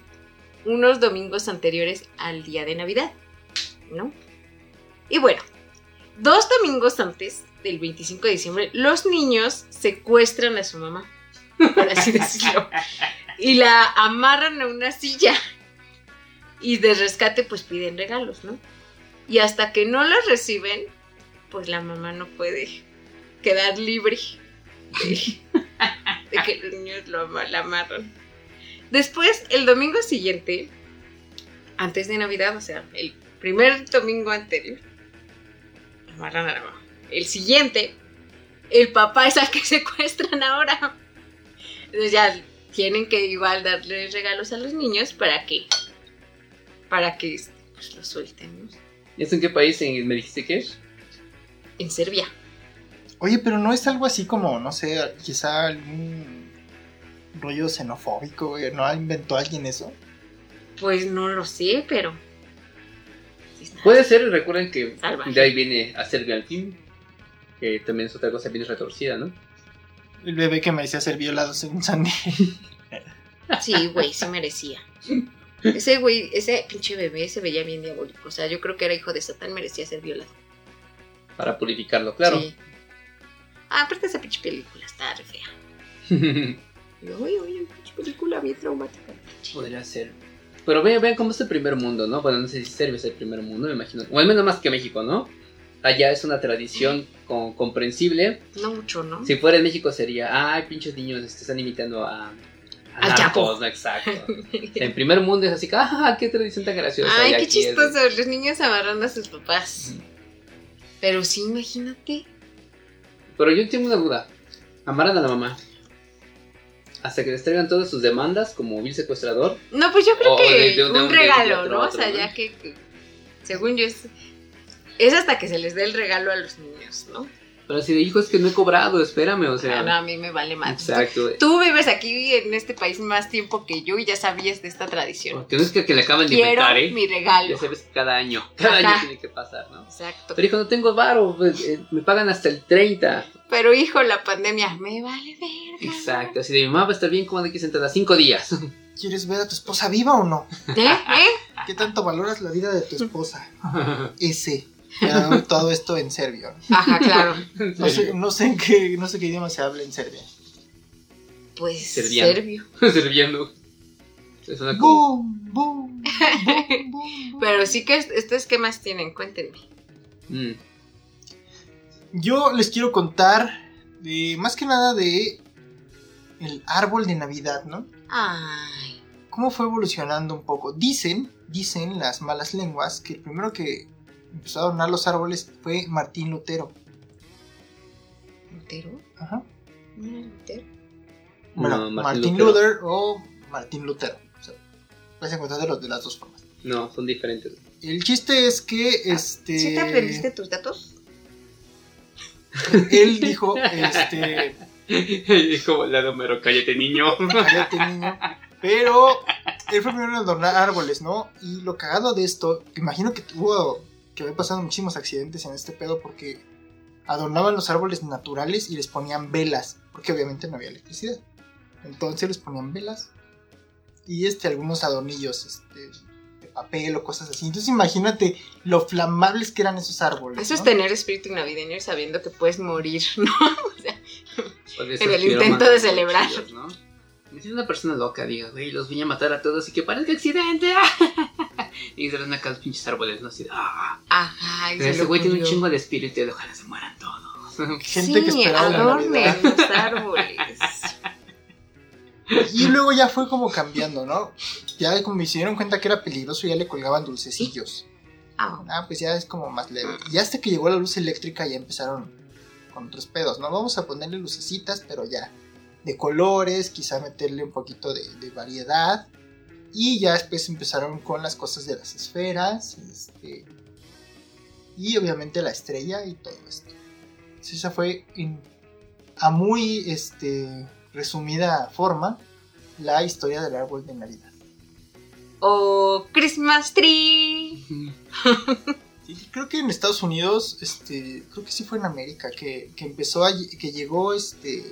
Speaker 2: unos domingos anteriores al día de Navidad, ¿no? Y bueno, dos domingos antes del 25 de diciembre, los niños secuestran a su mamá, por así <laughs> decirlo, y la amarran a una silla. Y de rescate, pues piden regalos, ¿no? Y hasta que no los reciben, pues la mamá no puede quedar libre de, de que los niños lo ama- la amarran. Después, el domingo siguiente, antes de Navidad, o sea, el primer domingo anterior, amarran a la mamá. El siguiente, el papá es al que <laughs> secuestran ahora. Entonces ya tienen que igual darle regalos a los niños para que, para que pues, los suelten, ¿no?
Speaker 3: ¿Y ¿Eso en qué país en- me dijiste que es?
Speaker 2: En Serbia.
Speaker 1: Oye, pero no es algo así como, no sé, quizá algún rollo xenofóbico, güey. ¿No inventó alguien eso?
Speaker 2: Pues no lo sé, pero. sí está.
Speaker 3: Puede ser, recuerden que
Speaker 2: Salvaje.
Speaker 3: Pues, de ahí viene a Serbia al fin, que también es otra cosa bien retorcida, ¿no?
Speaker 1: El bebé que merecía ser violado según Sandy.
Speaker 2: Sí, güey, se merecía. Ese güey, ese pinche bebé se veía bien diabólico. O sea, yo creo que era hijo de Satán, merecía ser violado.
Speaker 3: Para purificarlo, claro.
Speaker 2: Sí. Ah, aparte esa pinche película está re fea.
Speaker 3: <laughs>
Speaker 2: Y yo, Oye, oye, pinche película bien traumática.
Speaker 3: Podría ser. Pero vean, vean cómo es el primer mundo, ¿no? Bueno, no sé si Serbia es el primer mundo, me imagino. O al menos más que México, ¿no? Allá es una tradición con- comprensible.
Speaker 2: No mucho, ¿no?
Speaker 3: Si fuera en México sería, ay, pinches niños, este, están imitando a... a
Speaker 2: Al Chapo.
Speaker 3: narcos", ¿no? Exacto. en primer mundo es así, ah, qué tradición tan graciosa.
Speaker 2: Ay,
Speaker 3: Y
Speaker 2: qué
Speaker 3: aquí es- Mm.
Speaker 2: chistoso, los niños amarrando a sus papás. Pero sí, imagínate.
Speaker 3: Pero yo tengo una duda. Amarran a la mamá. Hasta que les traigan todas sus demandas como vil secuestrador.
Speaker 2: No, pues yo creo
Speaker 3: O
Speaker 2: que
Speaker 3: de- de- de
Speaker 2: un
Speaker 3: un- de
Speaker 2: regalo,
Speaker 3: otro,
Speaker 2: ¿no?
Speaker 3: otro,
Speaker 2: o sea,
Speaker 3: ¿no?
Speaker 2: ya que, que- según yo es es hasta que se les dé el regalo a los niños, ¿no?
Speaker 3: Pero si de hijo es que no he cobrado, espérame, o sea.
Speaker 2: Ah, no, a mí me vale más.
Speaker 3: exacto.
Speaker 2: Tú vives aquí en este país más tiempo que yo y ya sabías de esta tradición.
Speaker 3: Porque no es que, que le acaban de
Speaker 2: Quiero
Speaker 3: inventar, ¿eh?
Speaker 2: mi regalo.
Speaker 3: Ya sabes que cada año. <laughs> Cada
Speaker 2: Ajá.
Speaker 3: año tiene que pasar, ¿no?
Speaker 2: Exacto.
Speaker 3: Pero hijo, no tengo varo. pues, eh, me pagan hasta el 30.
Speaker 2: Pero hijo, la pandemia me vale verga.
Speaker 3: Exacto. Así de mi mamá va a estar bien como de aquí sentada 5 días. <laughs>
Speaker 1: ¿Quieres ver a tu esposa viva o no?
Speaker 2: ¿Eh? ¿Eh?
Speaker 1: ¿Qué tanto valoras la vida de tu esposa? Ese. Ya, Todo esto en serbio.
Speaker 2: Ajá, claro.
Speaker 1: No sé, no sé en qué, no sé qué idioma se habla en Serbia.
Speaker 2: Pues
Speaker 3: Serbiano.
Speaker 2: serbio.
Speaker 3: <laughs> Sirviendo. Suena como.
Speaker 1: Boom, boom, boom, boom.
Speaker 2: Pero sí que est- estos qué más tienen, cuéntenme.
Speaker 3: Mm.
Speaker 1: Yo les quiero contar de más que nada de el árbol de Navidad, ¿no?
Speaker 2: Ay,
Speaker 1: cómo fue evolucionando un poco. Dicen, dicen las malas lenguas que el primero que empezó a adornar los árboles fue Martín Lutero.
Speaker 2: Lutero.
Speaker 1: Ajá.
Speaker 2: ¿No era Lutero?
Speaker 1: Bueno,
Speaker 3: No,
Speaker 1: Martín,
Speaker 3: Lutero.
Speaker 1: Luther o Martín Lutero. O sea, puedes encontrar de, los- de las dos formas.
Speaker 3: No, son diferentes. <laughs>
Speaker 1: El chiste es que este.
Speaker 2: Ah,
Speaker 3: Eh,
Speaker 2: ¿Sí te aprendiste tus datos?
Speaker 1: <laughs> Él dijo, este.
Speaker 3: es como la de Homero, cállate niño.
Speaker 1: cállate, este niño. Pero él fue primero en adornar árboles, ¿no? Y lo cagado de esto, imagino que tuvo que haber pasado muchísimos accidentes en este pedo porque adornaban los árboles naturales y les ponían velas, porque obviamente no había electricidad. Entonces les ponían velas y este algunos adornillos este, de papel o cosas así. Entonces imagínate lo flamables que eran esos árboles.
Speaker 2: Eso es
Speaker 1: ¿no?
Speaker 2: tener espíritu navideño y sabiendo que puedes morir, <laughs> ¿no? O sea,
Speaker 3: Porque
Speaker 2: En
Speaker 3: esos
Speaker 2: el
Speaker 3: piromanos
Speaker 2: intento de
Speaker 3: son
Speaker 2: celebrar.
Speaker 3: chidos, ¿no? Me siento una persona loca, diga, güey, los vine a matar a todos y que parezca accidente. <laughs> ah". y se les acá los pinches árboles, ¿no? Así de, ah.
Speaker 2: ajá, y
Speaker 3: Pero
Speaker 2: se
Speaker 3: ese
Speaker 2: le
Speaker 3: güey tiene un
Speaker 2: ocurrió.
Speaker 3: chingo de espíritu y ojalá se mueran todos.
Speaker 1: Gente
Speaker 2: sí,
Speaker 1: que esperaba la Navidad.
Speaker 2: adornen los árboles.
Speaker 1: Y luego ya fue como cambiando, ¿no? Ya como me hicieron cuenta que era peligroso, ya le colgaban dulcecillos.
Speaker 2: Ah,
Speaker 1: Ah, pues ya es como más leve. Y hasta que llegó la luz eléctrica ya empezaron con otros pedos, ¿no? Vamos a ponerle lucecitas, pero ya de colores, quizá meterle un poquito de, de variedad. Y ya después empezaron con las cosas de las esferas, este, y obviamente la estrella y todo esto. Entonces, esa fue en- a muy este, resumida forma la historia del árbol de Navidad.
Speaker 2: o Christmas Tree.
Speaker 1: Sí, creo que en Estados Unidos, este, creo que sí fue en América, que, que empezó, a lle- que llegó este,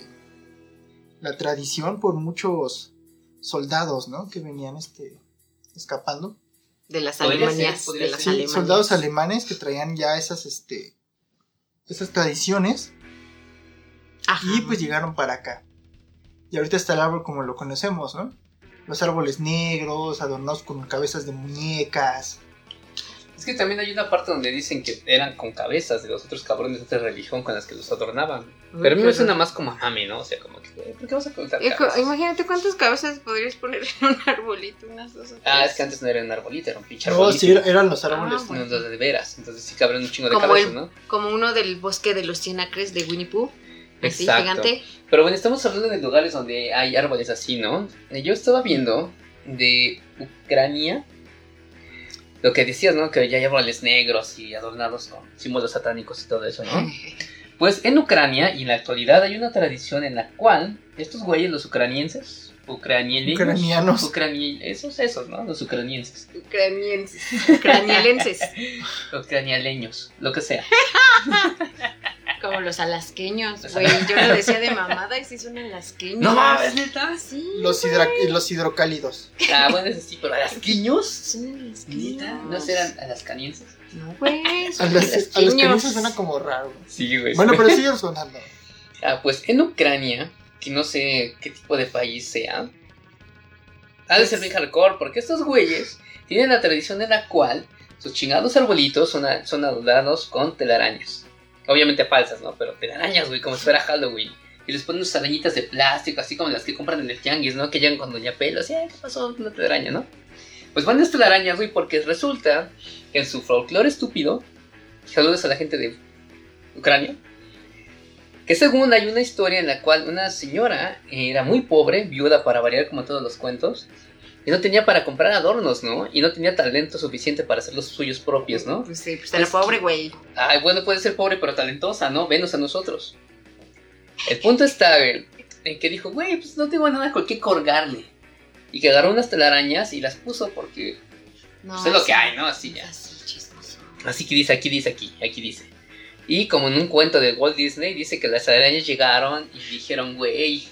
Speaker 1: la tradición por muchos soldados, ¿no? Que venían este, escapando.
Speaker 2: De las
Speaker 3: Podría
Speaker 2: Alemanias.
Speaker 3: ser, podría
Speaker 2: de las
Speaker 3: ser.
Speaker 1: Sí,
Speaker 2: Alemanias.
Speaker 1: soldados alemanes que traían ya esas, este, esas tradiciones
Speaker 2: Ajá.
Speaker 1: y pues llegaron para acá. Y ahorita está el árbol como lo conocemos, ¿no? Los árboles negros, adornados con cabezas de muñecas.
Speaker 3: Es que también hay una parte donde dicen que eran con cabezas de los otros cabrones de otra religión con las que los adornaban.
Speaker 2: Uy,
Speaker 3: Pero a mí me
Speaker 2: perdón.
Speaker 3: suena más como mame, ¿no? O sea, como que, güey, ¿por qué vas a contar
Speaker 2: Hijo,
Speaker 3: cabezas?
Speaker 2: Imagínate cuántas cabezas podrías poner en un arbolito, unas dos o tres.
Speaker 3: Ah, es que antes no era un arbolito, era un pinche
Speaker 1: No,
Speaker 3: arbolito.
Speaker 1: sí, eran los árboles.
Speaker 2: árboles. Ah,
Speaker 3: Unos de veras, entonces sí cabrón un chingo de
Speaker 2: Como
Speaker 3: cabezas,
Speaker 2: el-
Speaker 3: ¿no?
Speaker 2: Como uno del bosque de los cienacres de Winnie Pooh. Así,
Speaker 3: Exacto.
Speaker 2: gigante.
Speaker 3: Pero bueno, estamos hablando de lugares donde hay árboles así, ¿no? Eh, Yo estaba viendo de Ucrania lo que decías, ¿no? Que ya hay árboles negros y adornados con símbolos satánicos y todo eso, ¿no? Pues en Ucrania y en la actualidad hay una tradición en la cual estos güeyes, los ucranienses, ucranieleños,
Speaker 1: Ucranianos.
Speaker 3: ucranie- esos, esos, ¿no? Los ucranienses,
Speaker 2: Ucranienses. Ucranielenses.
Speaker 3: ucranialeños, lo que sea.
Speaker 2: como los alasqueños,
Speaker 3: Los
Speaker 2: güey. Yo lo decía de mamada y sí son alasqueños.
Speaker 3: ¡No mames, neta!
Speaker 2: Sí.
Speaker 1: Los, hidra- los hidrocálidos.
Speaker 3: Ah, bueno, ese sí, pero alasquiños.
Speaker 2: Son alasqueños.
Speaker 3: ¿Neta? ¿No serán alascanienses?
Speaker 2: No, güey.
Speaker 1: A
Speaker 2: son
Speaker 1: las, a las que no
Speaker 2: alasqueños.
Speaker 1: se suena como raro.
Speaker 3: Sí, güey.
Speaker 1: Bueno,
Speaker 2: <laughs>
Speaker 1: pero sigue sonando.
Speaker 3: Ah, pues en Ucrania, que no sé qué tipo de país sea, ha de ser bien hardcore, porque estos güeyes tienen la tradición en la cual sus chingados arbolitos son, a- son adornados con telarañas. Obviamente falsas, ¿no? Pero telarañas, güey, como si fuera Halloween. Y les ponen sus arañitas de plástico, así como las que compran en el tianguis, ¿no? Que llegan con Doña Pelos, "Eh, ¿qué pasó? Una telaraña, ¿no? Pues van a estas telarañas, güey, porque resulta que en su folclore estúpido, saludos a la gente de Ucrania, que según hay una historia en la cual una señora era muy pobre, viuda para variar como todos los cuentos, y no tenía para comprar adornos, ¿no? Y no tenía talento suficiente para hacer los suyos propios, ¿no?
Speaker 2: Pues sí, pues era pobre, güey.
Speaker 3: Ay, bueno, puede ser pobre pero talentosa, ¿no? Venos a nosotros. El punto está güey, en que dijo, güey, pues no tengo nada con qué colgarle. Y que agarró unas telarañas y las puso porque...
Speaker 2: No,
Speaker 3: Pues es lo
Speaker 2: sí.
Speaker 3: que hay, ¿no? Así ya.
Speaker 2: Así, chismoso.
Speaker 3: Así que dice, aquí dice, aquí, aquí dice. Y como en un cuento de Walt Disney, dice que las arañas llegaron y dijeron, güey,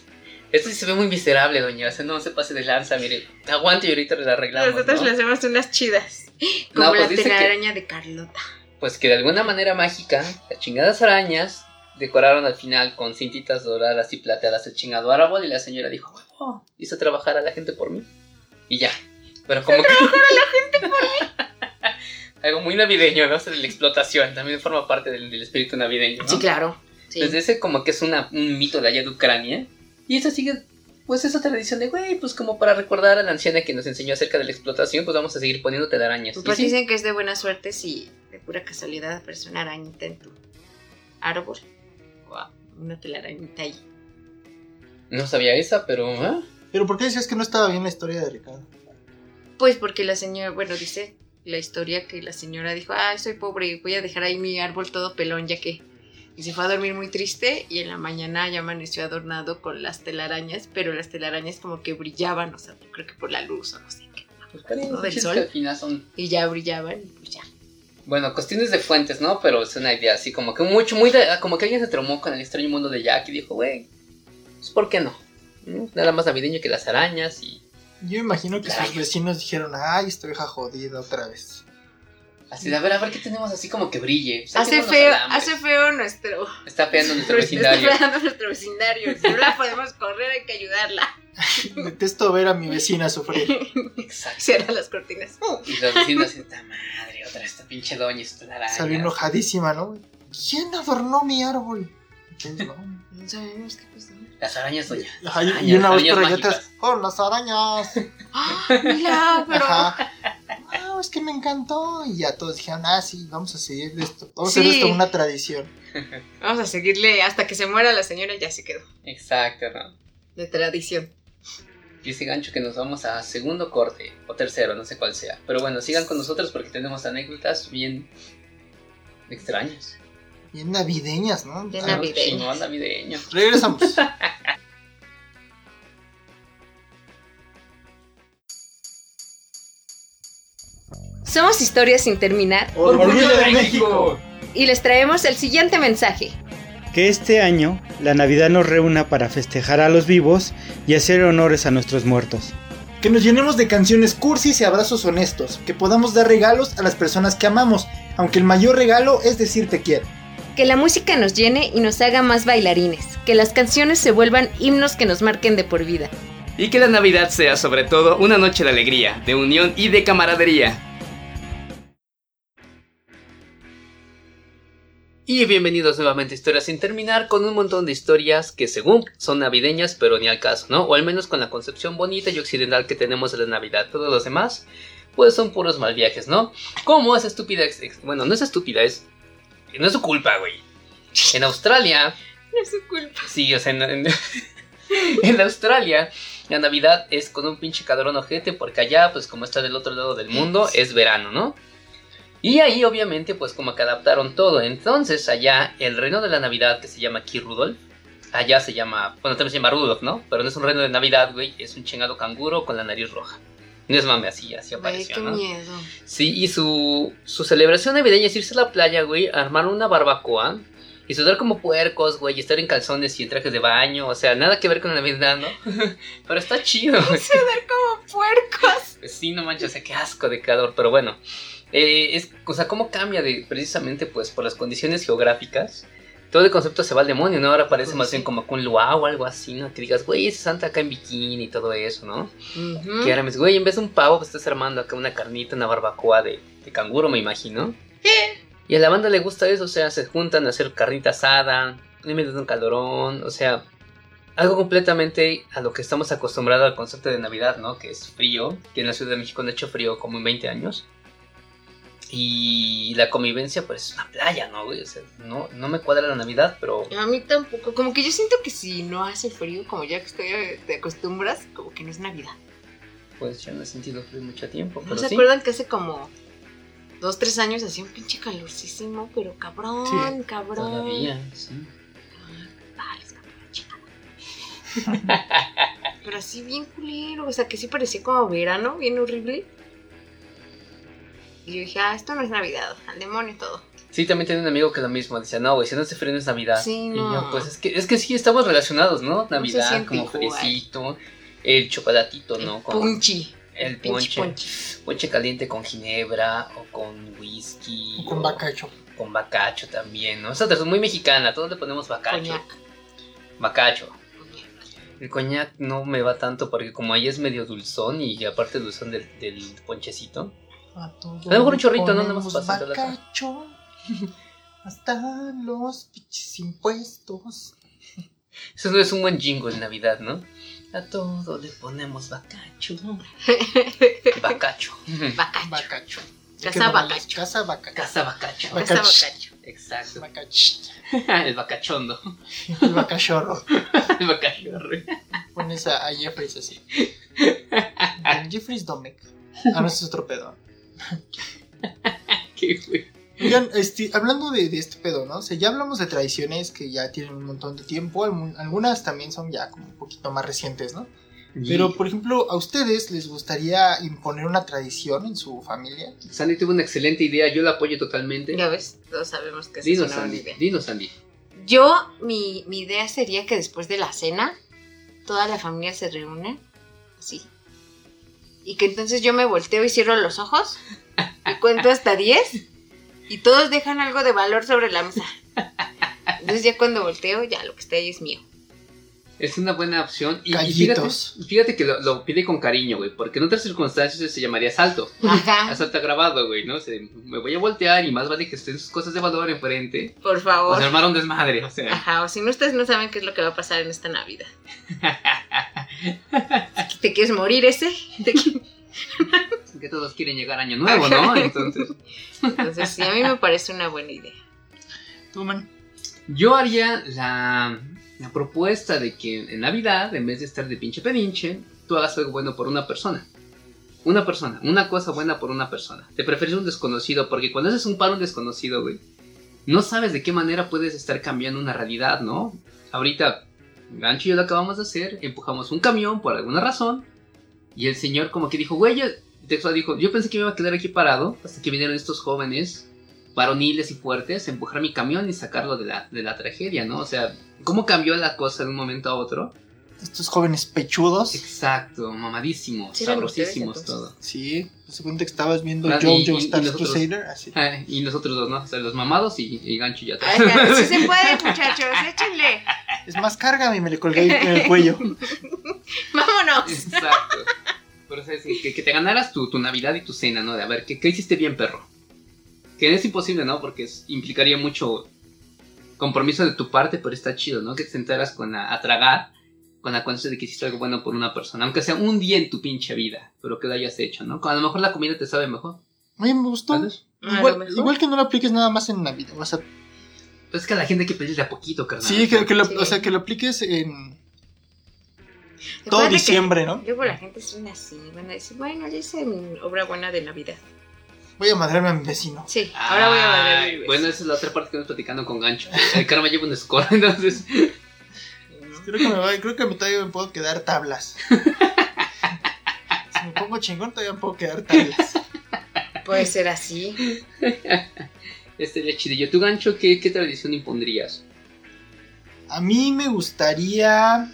Speaker 3: esto sí se ve muy miserable, doña. O sea, no se pase de lanza, mire. Aguante y ahorita la arreglamos.
Speaker 2: Nosotros
Speaker 3: ¿no?
Speaker 2: le hacemos unas chidas. Como
Speaker 3: No, pues
Speaker 2: la
Speaker 3: dice que-
Speaker 2: telaraña de Carlota.
Speaker 3: Pues que de alguna manera mágica, las chingadas arañas decoraron al final con cintitas doradas y plateadas el chingado árbol y la señora dijo, huevo, hizo trabajar a la gente por mí. Y ya. Pero como que... <laughs> Algo muy navideño, ¿no? O sea, de la explotación también forma parte del, del espíritu navideño. ¿no?
Speaker 2: Sí, claro. Sí.
Speaker 3: Entonces ese como que es una- un mito de allá de Ucrania. Y esa sigue, pues esa tradición de, güey, pues como para recordar a la anciana que nos enseñó acerca de la explotación, pues vamos a seguir poniendo telarañas.
Speaker 2: Pues
Speaker 3: Y sí,
Speaker 2: dicen que es de buena suerte si de pura casualidad aparece una arañita en tu árbol. Guau, una telarañita ahí.
Speaker 3: no sabía esa, pero... ah,
Speaker 1: Pero ¿por qué decías que no estaba bien la historia de Ricardo?
Speaker 2: Pues porque la señora, bueno, dice la historia que la señora dijo, ay, soy pobre, voy a dejar ahí mi árbol todo pelón ya que... Y se fue a dormir muy triste y en la mañana ya amaneció adornado con las telarañas, pero las telarañas como que brillaban, o sea, creo que por la luz o no sé qué.
Speaker 3: Pues, ¿cuál es
Speaker 2: ¿No?
Speaker 3: el
Speaker 2: Del
Speaker 3: chiste
Speaker 2: sol.
Speaker 3: que al final son,
Speaker 2: Y ya brillaban y pues ya.
Speaker 3: bueno, cuestiones de fuentes, ¿no? Pero es una idea así como que mucho, muy de- ah, como que alguien se traumó con el extraño mundo de Jack y dijo, güey, pues ¿por qué no? ¿Mm? Nada más navideño que las arañas y
Speaker 1: Yo imagino que sus vecinos dijeron, ay, esta vieja jodida otra vez.
Speaker 3: Así de, a ver, a ver qué tenemos así como que brille.
Speaker 2: Hace
Speaker 3: Saquemos los
Speaker 2: feo,
Speaker 3: alambres.
Speaker 2: hace feo nuestro,
Speaker 3: Está
Speaker 2: <laughs>
Speaker 3: pegando nuestro
Speaker 2: está
Speaker 3: vecindario.
Speaker 2: fregando nuestro vecindario. Si no la podemos correr, hay que ayudarla.
Speaker 1: Detesto ver a mi vecina sufrir.
Speaker 3: Exacto.
Speaker 2: Cierra las cortinas.
Speaker 3: Y los vecinos, esta madre, otra esta pinche doña, esta araña.
Speaker 1: Salió enojadísima, ¿no? ¿Quién adornó mi árbol? Entonces, ¿no?
Speaker 2: No sabemos qué pasó.
Speaker 3: Las arañas, doña.
Speaker 1: Ajá, y- y
Speaker 3: Arañas,
Speaker 1: una voz por
Speaker 3: arañas
Speaker 1: allá atrás, ¡oh, las arañas!
Speaker 2: ¡Ah, <laughs> milagro!
Speaker 1: Ajá. ¡Ah, es que me encantó! Y ya todos dijeron, ah, sí, vamos a seguir de esto. Vamos a
Speaker 2: Sí.
Speaker 1: hacer esto una tradición.
Speaker 2: Vamos a seguirle hasta que se muera la señora, ya se quedó.
Speaker 3: Exacto, ¿no?
Speaker 2: De tradición.
Speaker 3: Y ese gancho que nos vamos a segundo corte, o tercero, no sé cuál sea. Pero bueno, sigan con nosotros porque tenemos anécdotas bien extrañas.
Speaker 1: Bien navideñas, ¿no?
Speaker 2: Bien
Speaker 1: Ah,
Speaker 2: navi- Navideñas.
Speaker 3: Chingón navideño.
Speaker 1: Regresamos.
Speaker 2: Somos Historias sin terminar
Speaker 6: Orgullo de México.
Speaker 2: y les traemos el siguiente mensaje.
Speaker 5: Que este año la Navidad nos reúna para festejar a los vivos y hacer honores a nuestros muertos.
Speaker 1: Que nos llenemos de canciones cursis y abrazos honestos. Que podamos dar regalos a las personas que amamos. Aunque el mayor regalo es decir te quiero.
Speaker 2: Que la música nos llene y nos haga más bailarines. Que las canciones se vuelvan himnos que nos marquen de por vida.
Speaker 7: Y que la Navidad sea sobre todo una noche de alegría, de unión y de camaradería.
Speaker 3: Y bienvenidos nuevamente a Historias sin terminar con un montón de historias que según son navideñas pero ni al caso, ¿no? O al menos con la concepción bonita y occidental que tenemos de la Navidad. Todos los demás pues son puros mal viajes, ¿no? Como esa estúpida... ex- ex- bueno, no es estúpida, es... No es su culpa, güey. En Australia...
Speaker 2: No es su culpa.
Speaker 3: Sí, o sea, en, en- <laughs> en Australia la Navidad es con un pinche cabrón ojete porque allá, pues como está del otro lado del mundo, es verano, ¿no? Y ahí obviamente, pues como que adaptaron todo. Entonces allá el reino de la Navidad que se llama aquí Rudolf, allá se llama, bueno, también se llama Rudolf, ¿no? Pero no es un reino de Navidad, güey, es un chingado canguro con la nariz roja. No es mame, así, así apareció,
Speaker 2: qué
Speaker 3: ¿no?
Speaker 2: miedo.
Speaker 3: Sí, y su, su celebración navideña es irse a la playa, güey, armar una barbacoa y sudar como puercos, güey, y estar en calzones y en trajes de baño, o sea, nada que ver con la
Speaker 2: <laughs>
Speaker 3: Navidad, ¿no? Pero está chido, güey.
Speaker 2: Sudar como puercos.
Speaker 3: Pues Sí, no manches, o sea, qué asco de calor, pero bueno. Eh, es, o sea, ¿cómo cambia de, precisamente pues por las condiciones geográficas? Todo el concepto se va al demonio, ¿no? Ahora parece más bien como que un luau o algo así, ¿no? Que digas, güey, ese Santa acá en bikini y todo eso, ¿no? Que ahora me dice, güey, en vez de un pavo, pues estás armando acá una carnita, una barbacoa de, de canguro, me imagino. Y a la banda le gusta eso, o sea, se juntan a hacer carnita asada, le meten un calorón, o sea, algo completamente a lo que estamos acostumbrados al concepto de Navidad, ¿no? Que es frío, que en la Ciudad de México no ha hecho frío como en 20 años. Y la convivencia, pues, es una playa, ¿no, güey? O sea, no, no me cuadra la Navidad, pero...
Speaker 2: A mí tampoco. Como que yo siento que si no hace frío, como ya que estoy, eh, te acostumbras, como que no es Navidad.
Speaker 3: Pues yo no he sentido frío en mucho tiempo,
Speaker 2: ¿No
Speaker 3: pero
Speaker 2: se
Speaker 3: sí.
Speaker 2: acuerdan que hace como dos, tres años hacía un pinche calorcísimo? Pero cabrón,
Speaker 1: Sí,
Speaker 2: cabrón.
Speaker 3: Todavía, sí.
Speaker 2: Ah, les cambió la chica. Pero así bien culero, o sea que sí parecía como verano, bien horrible. Y yo dije, ah, esto no es Navidad, al demonio todo.
Speaker 3: Sí, también tenía un amigo que lo mismo decía, no, güey, si no hace frío no es Navidad.
Speaker 2: Sí,
Speaker 3: Y
Speaker 2: no.
Speaker 3: yo, pues es que, es que sí, estamos relacionados, ¿no? Navidad,
Speaker 2: siente
Speaker 3: como
Speaker 2: igual.
Speaker 3: fresito, el chocolatito, ¿no?
Speaker 2: El
Speaker 3: Con
Speaker 2: punchi.
Speaker 3: el
Speaker 2: pinche
Speaker 3: ponche,
Speaker 2: punchi.
Speaker 3: ponche caliente con ginebra o con whisky.
Speaker 1: Con
Speaker 3: o
Speaker 1: bacacho.
Speaker 3: Con bacacho también, ¿no? Esa tradición muy mexicana, todos le ponemos bacacho.
Speaker 2: Coñac.
Speaker 3: Bacacho.
Speaker 2: coñac.
Speaker 3: El coñac no me va tanto porque como ahí es medio dulzón y aparte dulzón del, del ponchecito.
Speaker 1: A
Speaker 3: A lo mejor un chorrito, ¿no? Nada más pasando la-
Speaker 1: bacacho. <laughs> Hasta los pinches impuestos.
Speaker 3: Eso no es un buen jingo en Navidad, ¿no? A todo le ponemos <laughs> bacacho. bacacho.
Speaker 2: Bacacho.
Speaker 1: Bacacho.
Speaker 2: Casa
Speaker 1: Que no vale,
Speaker 2: bacacho.
Speaker 1: Casa bacacho.
Speaker 3: Casa bacacho.
Speaker 2: Casa
Speaker 1: Bacacho.
Speaker 2: bacacho.
Speaker 3: Exacto. <laughs>
Speaker 1: Bacacho.
Speaker 3: El bacachondo.
Speaker 1: <laughs>
Speaker 3: <laughs>
Speaker 1: El bacachorro.
Speaker 3: El bacachorro.
Speaker 1: Pones a, a Jeffries
Speaker 3: <laughs>
Speaker 1: así. Don Jeffries Domecq. Ah, no, ese es otro pedo.
Speaker 3: Qué güey.
Speaker 1: Oigan, este, hablando de, de este pedo, ¿no? O sea, ya hablamos de tradiciones que ya tienen un montón de tiempo, algún- algunas también son ya como un poquito más recientes, ¿no? Pero, por ejemplo, ¿a ustedes les gustaría imponer una tradición en su familia?
Speaker 3: Sandy tuvo una excelente idea, yo la apoyo totalmente.
Speaker 2: Ya ves, todos sabemos que es
Speaker 3: Dinos,
Speaker 2: una buena
Speaker 3: Sandy.
Speaker 2: idea.
Speaker 3: Dinos, Sandy.
Speaker 2: Yo, mi, mi idea sería que después de la cena, toda la familia se reúne, así, y que entonces yo me volteo y cierro los ojos y cuento hasta 10 y todos dejan algo de valor sobre la mesa. Entonces ya cuando volteo, ya lo que está ahí es mío.
Speaker 3: Es una buena opción. Y, y
Speaker 1: Gallitos.
Speaker 3: fíjate, fíjate que lo, lo pide con cariño, güey. Porque en otras circunstancias se llamaría asalto.
Speaker 2: Ajá,
Speaker 3: Asalto agravado, güey, ¿no? Se- me voy a voltear y más vale que estén sus cosas de valor enfrente.
Speaker 2: por
Speaker 3: O se
Speaker 2: favor.
Speaker 3: armaron desmadre, o sea.
Speaker 2: Ajá, o si no, ustedes no saben qué es lo que va a pasar en esta Navidad. ¿Te quieres morir ese? ¿Te qui-
Speaker 3: que todos quieren llegar año nuevo, ¿no? Entonces.
Speaker 2: Entonces sí, a mí me parece una buena idea.
Speaker 1: Toman.
Speaker 3: Yo haría la, la propuesta de que en Navidad, en vez de estar de pinche pedinche, tú hagas algo bueno por una persona. Una persona, una cosa buena por una persona. Te prefieres un desconocido, porque cuando haces un paro a un desconocido, güey, no sabes de qué manera puedes estar cambiando una realidad, ¿no? Ahorita, Gancho y yo lo acabamos de hacer, empujamos un camión por alguna razón, y el señor como que dijo, güey, yo, textual dijo, yo pensé que me iba a quedar aquí parado, hasta que vinieron estos jóvenes varoniles y fuertes, empujar mi camión y sacarlo de la, de la tragedia, ¿no? O sea, ¿cómo cambió la cosa de un momento a otro?
Speaker 1: Estos jóvenes pechudos.
Speaker 3: Exacto, mamadísimos,
Speaker 2: Sí, eran
Speaker 3: sabrosísimos
Speaker 2: ustedes,
Speaker 3: todo.
Speaker 2: entonces.
Speaker 1: Sí, se cuenta que estabas viendo
Speaker 3: Ah, y- y-
Speaker 1: Jojo
Speaker 3: y
Speaker 1: Stars
Speaker 3: nosotros.
Speaker 1: Crusader. Así.
Speaker 3: Ah, y nosotros dos, ¿no? O sea, los mamados y, y
Speaker 2: <laughs>
Speaker 3: gancho ya atrás.
Speaker 2: Ajá, sí se puede, muchachos, échenle.
Speaker 3: Ah.
Speaker 1: Es más, cárgame, me le colgué en
Speaker 3: <laughs>
Speaker 1: el cuello.
Speaker 2: <laughs> Vámonos.
Speaker 3: Exacto. Pero o sea, sí, que, que te ganaras tu, tu Navidad y tu cena, ¿no? De a ver, ¿qué, qué hiciste bien, perro? Que es imposible, ¿no? Porque es- implicaría mucho compromiso de tu parte, pero está chido, ¿no? Que te sentaras con la, a tragar con la conciencia de que hiciste algo bueno por una persona, aunque sea un día en tu pinche vida, pero que lo hayas hecho, ¿no? A lo mejor la comida te sabe mejor,
Speaker 1: Oye, me gustó.
Speaker 3: ¿sabes?
Speaker 2: A lo
Speaker 1: Igual,
Speaker 2: mejor.
Speaker 1: igual que no lo apliques nada más en Navidad. O sea,
Speaker 3: Pues es que a la gente hay que pedirle a poquito, carnal.
Speaker 1: sí, que, que lo,
Speaker 2: Sí.
Speaker 1: o sea, que lo apliques en todo
Speaker 2: Acuérdate que
Speaker 1: diciembre, ¿no?
Speaker 2: Luego la gente suena así, van a decir, bueno, ya hice mi obra buena de Navidad.
Speaker 1: Voy a madrarme a mi vecino.
Speaker 2: Sí, ahora voy a
Speaker 3: Ay,
Speaker 2: valer.
Speaker 3: Bueno, esa es la otra parte que nos platicando con Gancho. El karma lleva un score, <laughs> entonces.
Speaker 1: Creo que me, va, creo que me- todavía me puedo quedar tablas. si me pongo chingón, todavía me puedo quedar tablas.
Speaker 2: Puede ser así.
Speaker 3: Este sería chidillo. ¿Tú, Gancho, qué, qué tradición impondrías?
Speaker 1: A mí me gustaría.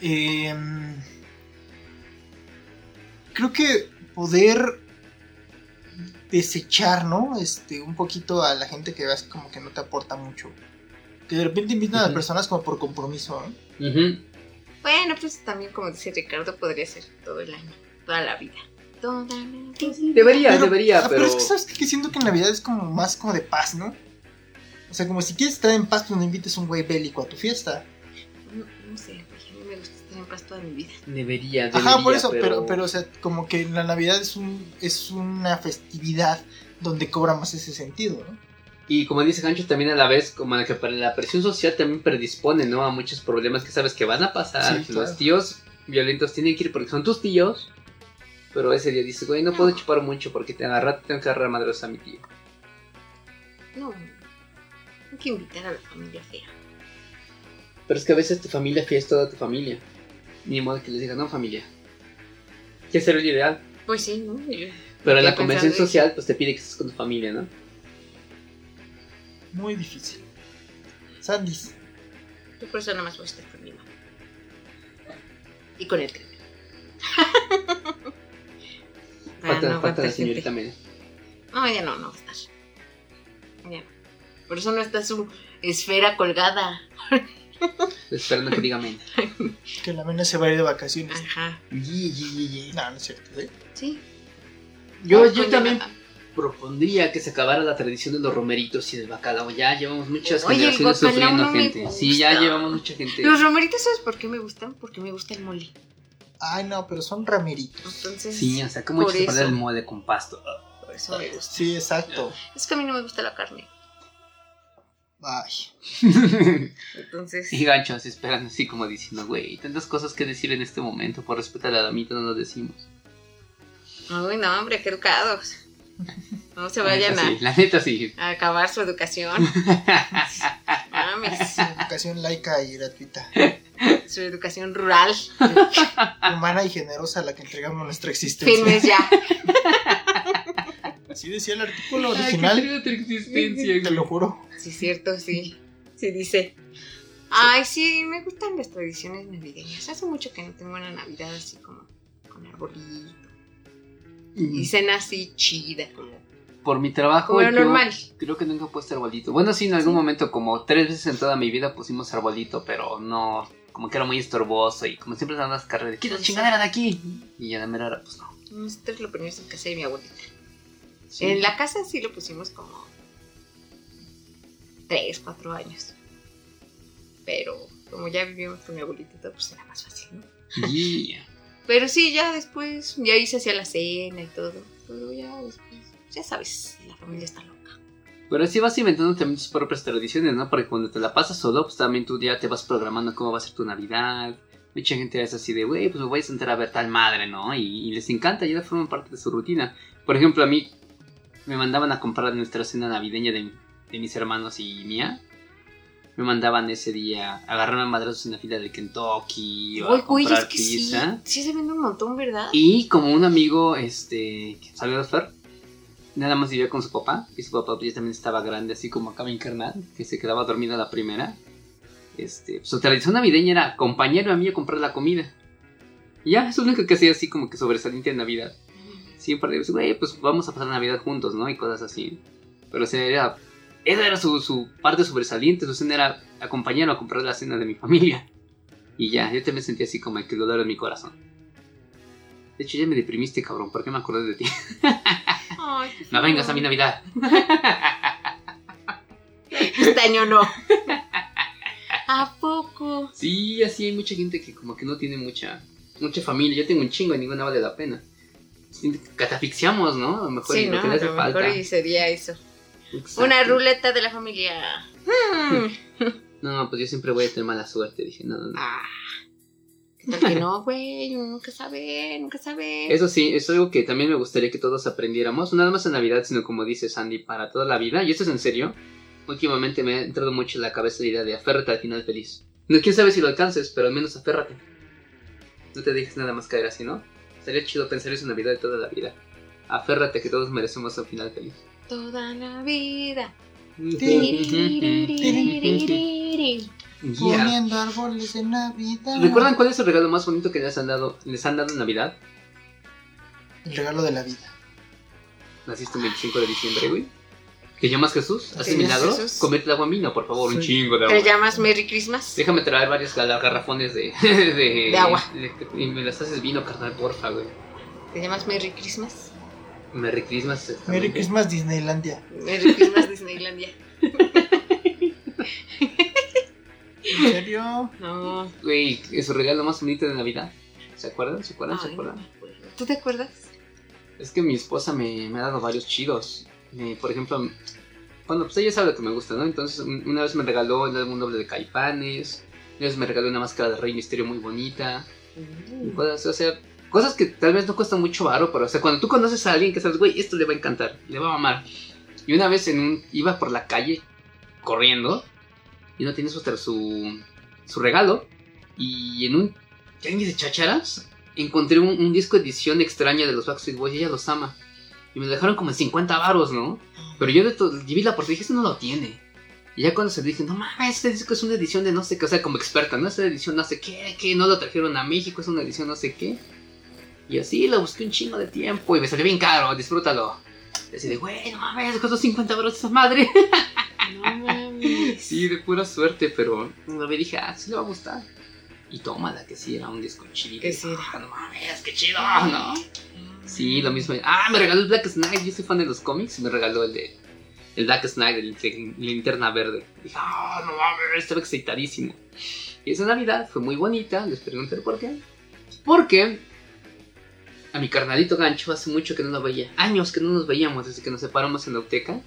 Speaker 1: em, creo que poder desechar, ¿no? Este, un poquito a la gente que veas como que no te aporta mucho. Que de repente invitan a
Speaker 3: Ujú.
Speaker 1: personas como por compromiso, ¿eh? ¿no?
Speaker 3: Ujú.
Speaker 2: Bueno, pues también, como dice Ricardo, podría ser todo el año, toda la vida. Toda la vida.
Speaker 3: Debería,
Speaker 1: Pero-
Speaker 3: debería,
Speaker 1: ah,
Speaker 3: pero.
Speaker 1: es que sabes qué? que siento que en Navidad es como más como de paz, ¿no? O sea, como si quieres estar en paz, pues no invites un güey bélico a tu fiesta.
Speaker 2: No, no sé, güey, a mí me gusta estar en paz toda mi vida.
Speaker 3: Debería, debería.
Speaker 1: Ajá, por eso, pero... pero, o sea, como que la Navidad es un, es una festividad donde cobra más ese sentido, ¿no?
Speaker 3: Y como dice Gancho, también a la vez, como la que para la presión social también predispone, ¿no? A muchos problemas que sabes que van a pasar.
Speaker 1: Sí,
Speaker 3: Los
Speaker 1: claro.
Speaker 3: tíos violentos tienen que ir porque son tus tíos. Pero ese día dices, güey, no puedo chupar mucho porque te agarra, tengo que agarrar madres a mi tío.
Speaker 2: No, hay que invitar a la familia fea.
Speaker 3: Pero es que a veces tu familia fía es toda tu familia. Ni modo que les diga, no, familia. Que sería lo ideal.
Speaker 2: Pues sí, ¿no? Yo-
Speaker 3: Pero en la
Speaker 2: Estoy pensando
Speaker 3: convención
Speaker 2: en-
Speaker 3: social, pues te pide que estés con tu familia, ¿no?
Speaker 1: Muy difícil. Sandys,
Speaker 2: Yo por eso nada más voy a estar con mi mamá. Y con el <laughs> crimen.
Speaker 1: Ah,
Speaker 2: Para no
Speaker 3: Falta, falta
Speaker 2: aguantar
Speaker 3: la
Speaker 2: gente.
Speaker 3: señorita Mena.
Speaker 2: No, ya no, no va a estar. Ya no. Por eso no está su esfera colgada.
Speaker 3: Esperando que diga Mena.
Speaker 1: que la mena se va a ir de vacaciones.
Speaker 2: Ajá.
Speaker 3: Yi, yi, yi, yi.
Speaker 1: No, no es cierto, ¿eh?
Speaker 2: Sí.
Speaker 3: Yo,
Speaker 2: Vamos
Speaker 3: yo
Speaker 2: con
Speaker 3: también
Speaker 2: Yolanda.
Speaker 3: propondría que se acabara la tradición de los romeritos y del bacalao. Ya llevamos muchas
Speaker 2: Oye, el
Speaker 3: generaciones
Speaker 2: bacalao
Speaker 3: sufriendo,
Speaker 2: no me
Speaker 3: gente. Sí, ya
Speaker 2: gusta.
Speaker 3: llevamos mucha gente.
Speaker 2: Los romeritos, ¿sabes por qué me gustan? Porque me gusta el mole.
Speaker 1: Ay, no, pero son rameritos.
Speaker 2: Entonces,
Speaker 3: Sí, o sea, ¿cómo
Speaker 2: Por
Speaker 3: echas a perder
Speaker 2: eso.
Speaker 3: el mole con pasto?
Speaker 2: por eso me gusta.
Speaker 1: Sí, exacto.
Speaker 2: Es que a mí no me gusta la carne.
Speaker 1: Ay.
Speaker 2: Entonces,
Speaker 3: y gancho, así esperando, así como diciendo, güey, tantas cosas que decir en este momento. Por respeto a la damita, no lo decimos.
Speaker 2: uy, no, hombre, qué educados. No se vayan
Speaker 3: la neta, sí,
Speaker 2: a,
Speaker 3: la neta sí.
Speaker 2: a acabar su
Speaker 3: <laughs>
Speaker 2: educación. Mames,
Speaker 1: Educación laica y gratuita.
Speaker 2: su educación
Speaker 3: <laughs>
Speaker 2: rural.
Speaker 1: Humana y generosa a la que entregamos nuestra existencia.
Speaker 2: Firmes ya.
Speaker 1: Así decía el artículo
Speaker 3: Ay, Ah, qué
Speaker 1: original.
Speaker 3: triste tu
Speaker 2: <laughs>
Speaker 3: existencia,
Speaker 1: Te lo juro.
Speaker 2: Sí, cierto, sí. Sí dice. Ay, sí, me gustan las tradiciones navideñas. Hace mucho que no tengo una Navidad así como con arbolito y cena así chida, como,
Speaker 3: Por mi trabajo,
Speaker 2: Mm. como lo
Speaker 3: yo
Speaker 2: normal.
Speaker 3: creo que nunca he puesto arbolito. Bueno, sí, en algún
Speaker 2: Sí.
Speaker 3: momento, como tres veces en toda mi vida pusimos arbolito, pero no, como que era muy estorboso y como siempre andas carreras de quita la chingadera de aquí. Y ya la mera hora, pues no.
Speaker 2: Nosotros lo poníamos en casa de mi abuelita.
Speaker 3: Sí.
Speaker 2: En la casa sí lo pusimos como tres, cuatro años. Pero como ya vivíamos con mi abuelita, y todo, pues era más fácil, ¿no?
Speaker 3: Y-
Speaker 2: Pero sí, ya después, ya ahí se hacía la cena y todo. Pero ya después, ya sabes, la familia está loca.
Speaker 3: Pero así vas inventando también tus propias tradiciones, ¿no? Porque cuando te la pasas solo, pues también tú ya te vas programando cómo va a ser tu Navidad. Mucha gente es así de, güey, pues me voy a sentar a ver tal madre, ¿no? Y, y les encanta, ya forma parte de su rutina. Por ejemplo, a mí me mandaban a comprar nuestra cena navideña de, de mis hermanos y mía. Me mandaban ese día a agarrarme a madrazos en la fila de Kentucky
Speaker 2: Uy,
Speaker 3: o a
Speaker 2: güey,
Speaker 3: comprar
Speaker 2: es que
Speaker 3: pizza.
Speaker 2: sí. Sí se vende un montón, ¿verdad?
Speaker 3: Y como un amigo, este, que salió de Fer, nada más vivía con su papá, y su papá pues, ya también estaba grande, así como acá mi carnal, que se quedaba dormido a la primera. Este, su tradición navideña era acompañarme a mí a comprar la comida. Y ya, es lo único que hacía así como que sobresaliente en Navidad. Siempre le decía, güey, pues vamos a pasar Navidad juntos, ¿no? Y cosas así. Pero o sea, era, esa era su, su parte sobresaliente, su cena era acompañarme a comprar la cena de mi familia. Y ya, yo también sentía así como que el dolor en mi corazón. De hecho, ya me deprimiste, cabrón. ¿Por qué me acordé de ti? <laughs>
Speaker 2: Ay, qué
Speaker 3: No
Speaker 2: feo.
Speaker 3: vengas a mi Navidad.
Speaker 2: <laughs> Este año no. ¿A poco?
Speaker 3: Sí, así hay mucha gente que como que no tiene mucha mucha familia. Yo tengo un chingo y ninguna vale la pena. Siento que Catafixiamos, ¿no? A lo mejor
Speaker 2: Sí,
Speaker 3: lo
Speaker 2: no,
Speaker 3: que le hace
Speaker 2: a lo
Speaker 3: falta.
Speaker 2: mejor y sería eso.
Speaker 3: Exacto.
Speaker 2: Una ruleta de la familia. Hmm.
Speaker 3: No, pues yo siempre voy a tener mala suerte. Dije, no, no, no.
Speaker 2: Ah. ¿Qué tal que
Speaker 3: <laughs>
Speaker 2: no, güey? Uno nunca sabe, nunca sabe.
Speaker 3: Eso sí, es algo que también me gustaría que todos aprendiéramos. No nada más en Navidad, sino como dice Sandy, para toda la vida. Y esto es en serio. Últimamente me ha entrado mucho en la cabeza la idea de aférrate al final feliz. No, quién sabe si lo alcances, pero al menos aférrate. No te dejes nada más caer así, ¿no? Sería chido pensar eso en Navidad de toda la vida. Aférrate que todos merecemos un final feliz.
Speaker 2: Toda la
Speaker 3: <laughs>
Speaker 2: vida.
Speaker 3: Yeah.
Speaker 1: Poniendo árboles en Navidad.
Speaker 3: ¿Recuerdan cuál es el regalo más bonito que les han dado, les han dado en Navidad?
Speaker 1: El regalo de la vida.
Speaker 3: Naciste el 25 de diciembre, güey. ¿Te llamas Jesús? ¿Haces
Speaker 2: ¿Te llamas
Speaker 3: milagros?
Speaker 2: Jesús?
Speaker 3: Comete agua en vino, por favor, un
Speaker 1: Sí.
Speaker 3: chingo de agua.
Speaker 2: ¿Te llamas Merry Christmas?
Speaker 3: Déjame traer varios gar- garrafones de, <laughs> de,
Speaker 2: De agua.
Speaker 3: de- y me las haces vino, carnal, porfa, güey.
Speaker 2: ¿Te llamas Merry Christmas?
Speaker 3: Merry Christmas. exactamente.
Speaker 1: Merry Christmas Disneylandia.
Speaker 2: Merry Christmas
Speaker 3: <laughs>
Speaker 2: Disneylandia.
Speaker 1: ¿En serio?
Speaker 2: No.
Speaker 3: Güey, es su regalo más bonito de Navidad. ¿Se acuerdan? ¿Se acuerdan? ¿Se
Speaker 2: Ay, no
Speaker 3: acuerdan?
Speaker 2: me acuerdo. ¿Tú te acuerdas?
Speaker 3: Es que mi esposa me, me ha dado varios chidos. Eh, por ejemplo, bueno, pues ella sabe lo que me gusta, ¿no? Entonces, un- una vez me regaló el álbum doble de Caipanes, una vez me regaló una máscara de Rey Misterio muy bonita, y cosas, o sea, cosas que tal vez no cuestan mucho varo, pero, o sea, cuando tú conoces a alguien que sabes, güey, esto le va a encantar, le va a amar. Y una vez en un, iba por la calle corriendo y no tenía su, tra- su, su regalo, y en un tianguis de chacharas encontré un, un disco edición extraña de los Backstreet Boys y ella los ama. Y me lo dejaron como en 50 varos, ¿no? Pero yo de to- vi la portada y dije, este no lo tiene. Y ya cuando se lo dije, no mames, este disco es una edición de no sé qué, o sea, como experta, ¿no? Esta edición no sé qué, que no lo trajeron a México, es una edición no sé qué. Y así lo busqué un chingo de tiempo y me salió bien caro, disfrútalo. Y así de, güey, no mames, costó 50 varos esa madre. <laughs>
Speaker 2: No mames.
Speaker 3: Sí, de pura suerte, pero no me dije, ah, sí le va a gustar. Y tómala, que sí, era un disco chido.
Speaker 2: Que sí era.
Speaker 3: Ah, no mames, qué chido, ¿no? Sí, lo mismo. Ah, me regaló el Black Snake, yo soy fan de los cómics, y me regaló el de... El Black Snake, el de Linterna Verde. Dije, ah, no mames, estaba excitadísimo. Y esa Navidad fue muy bonita, les pregunté por qué. Porque a mi carnalito gancho hace mucho que no lo veía. Años que no nos veíamos desde que nos separamos en la Uteca.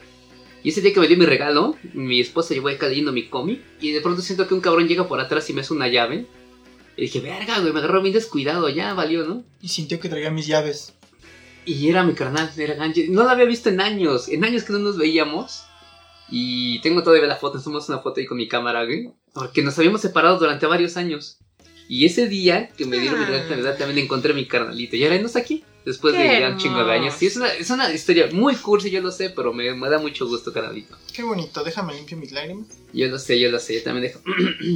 Speaker 3: Y ese día que me dio mi regalo, mi esposa llevó acá leyendo mi cómic. Y de pronto siento que un cabrón llega por atrás y me hace una llave. Y dije, verga, güey, me agarró bien descuidado, ya valió, ¿no?
Speaker 1: Y sintió que traía mis llaves.
Speaker 3: Y era mi carnal, era Gancho. No la había visto en años, en años que no nos veíamos. Y tengo todavía la foto, somos una foto ahí con mi cámara, güey. Porque nos habíamos separado durante varios años. Y ese día que me dieron mi regalo de Navidad también encontré a mi carnalito. Y ahora no está aquí, después de
Speaker 2: Qué
Speaker 3: ya un chingo de años. Sí, es una, es una historia muy cursi, yo lo sé, pero me, me da mucho gusto, carnalito.
Speaker 1: Qué bonito, déjame limpio mis lágrimas.
Speaker 3: Yo lo sé, yo lo sé, yo también dejo.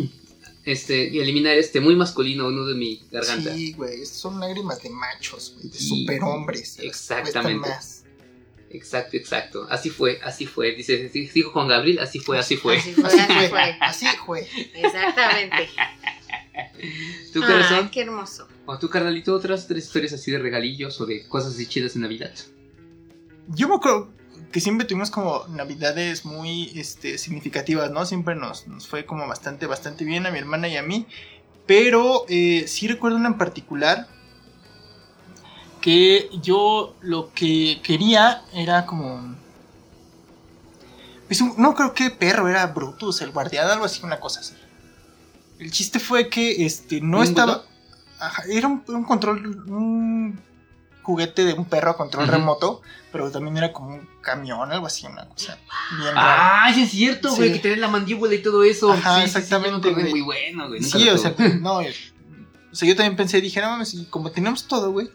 Speaker 3: <clears throat> este, y eliminar este muy masculino uno de mi garganta.
Speaker 1: Sí, güey, estas son lágrimas de machos, güey, de
Speaker 3: Sí.
Speaker 1: superhombres. se las
Speaker 3: Exactamente.
Speaker 1: cuestan más.
Speaker 3: Exacto, exacto. Así fue, así fue. Dice, dijo Juan Gabriel, así fue, así fue.
Speaker 2: Así fue,
Speaker 1: Así
Speaker 2: así
Speaker 1: fue,
Speaker 2: fue.
Speaker 1: así fue.
Speaker 2: Exactamente.
Speaker 3: ¿Tú,
Speaker 2: ah,
Speaker 3: corazón?
Speaker 2: qué hermoso.
Speaker 3: ¿O tú, carnalito, otras tres historias así de regalillos o de cosas así chidas en Navidad?
Speaker 1: Yo me acuerdo que siempre tuvimos como navidades muy este, significativas, ¿no? Siempre nos, nos fue como bastante, bastante bien a mi hermana y a mí. Pero eh, sí recuerdo una en particular que yo lo que quería era como... pues, un- no creo que perro, era Brutus, el guardián, algo así, una cosa así. El chiste fue que este, no
Speaker 3: ¿Un
Speaker 1: estaba...
Speaker 3: botón?
Speaker 1: Ajá, era un, un control, un juguete de un perro a control
Speaker 3: Ujú.
Speaker 1: remoto, pero también era como un camión, algo así, una cosa bien rara.
Speaker 3: Ah, sí es cierto, güey,
Speaker 1: Sí.
Speaker 3: que te den la mandíbula y todo eso.
Speaker 1: Ajá,
Speaker 3: Sí, sí, sí,
Speaker 1: exactamente,
Speaker 3: yo me acuerdo,
Speaker 1: güey.
Speaker 3: muy bueno, güey. nunca
Speaker 1: Sí,
Speaker 3: lo
Speaker 1: o sea, <laughs>
Speaker 3: tuve.
Speaker 1: no. O sea, yo también pensé, dije, no mames, y como tenemos todo, güey.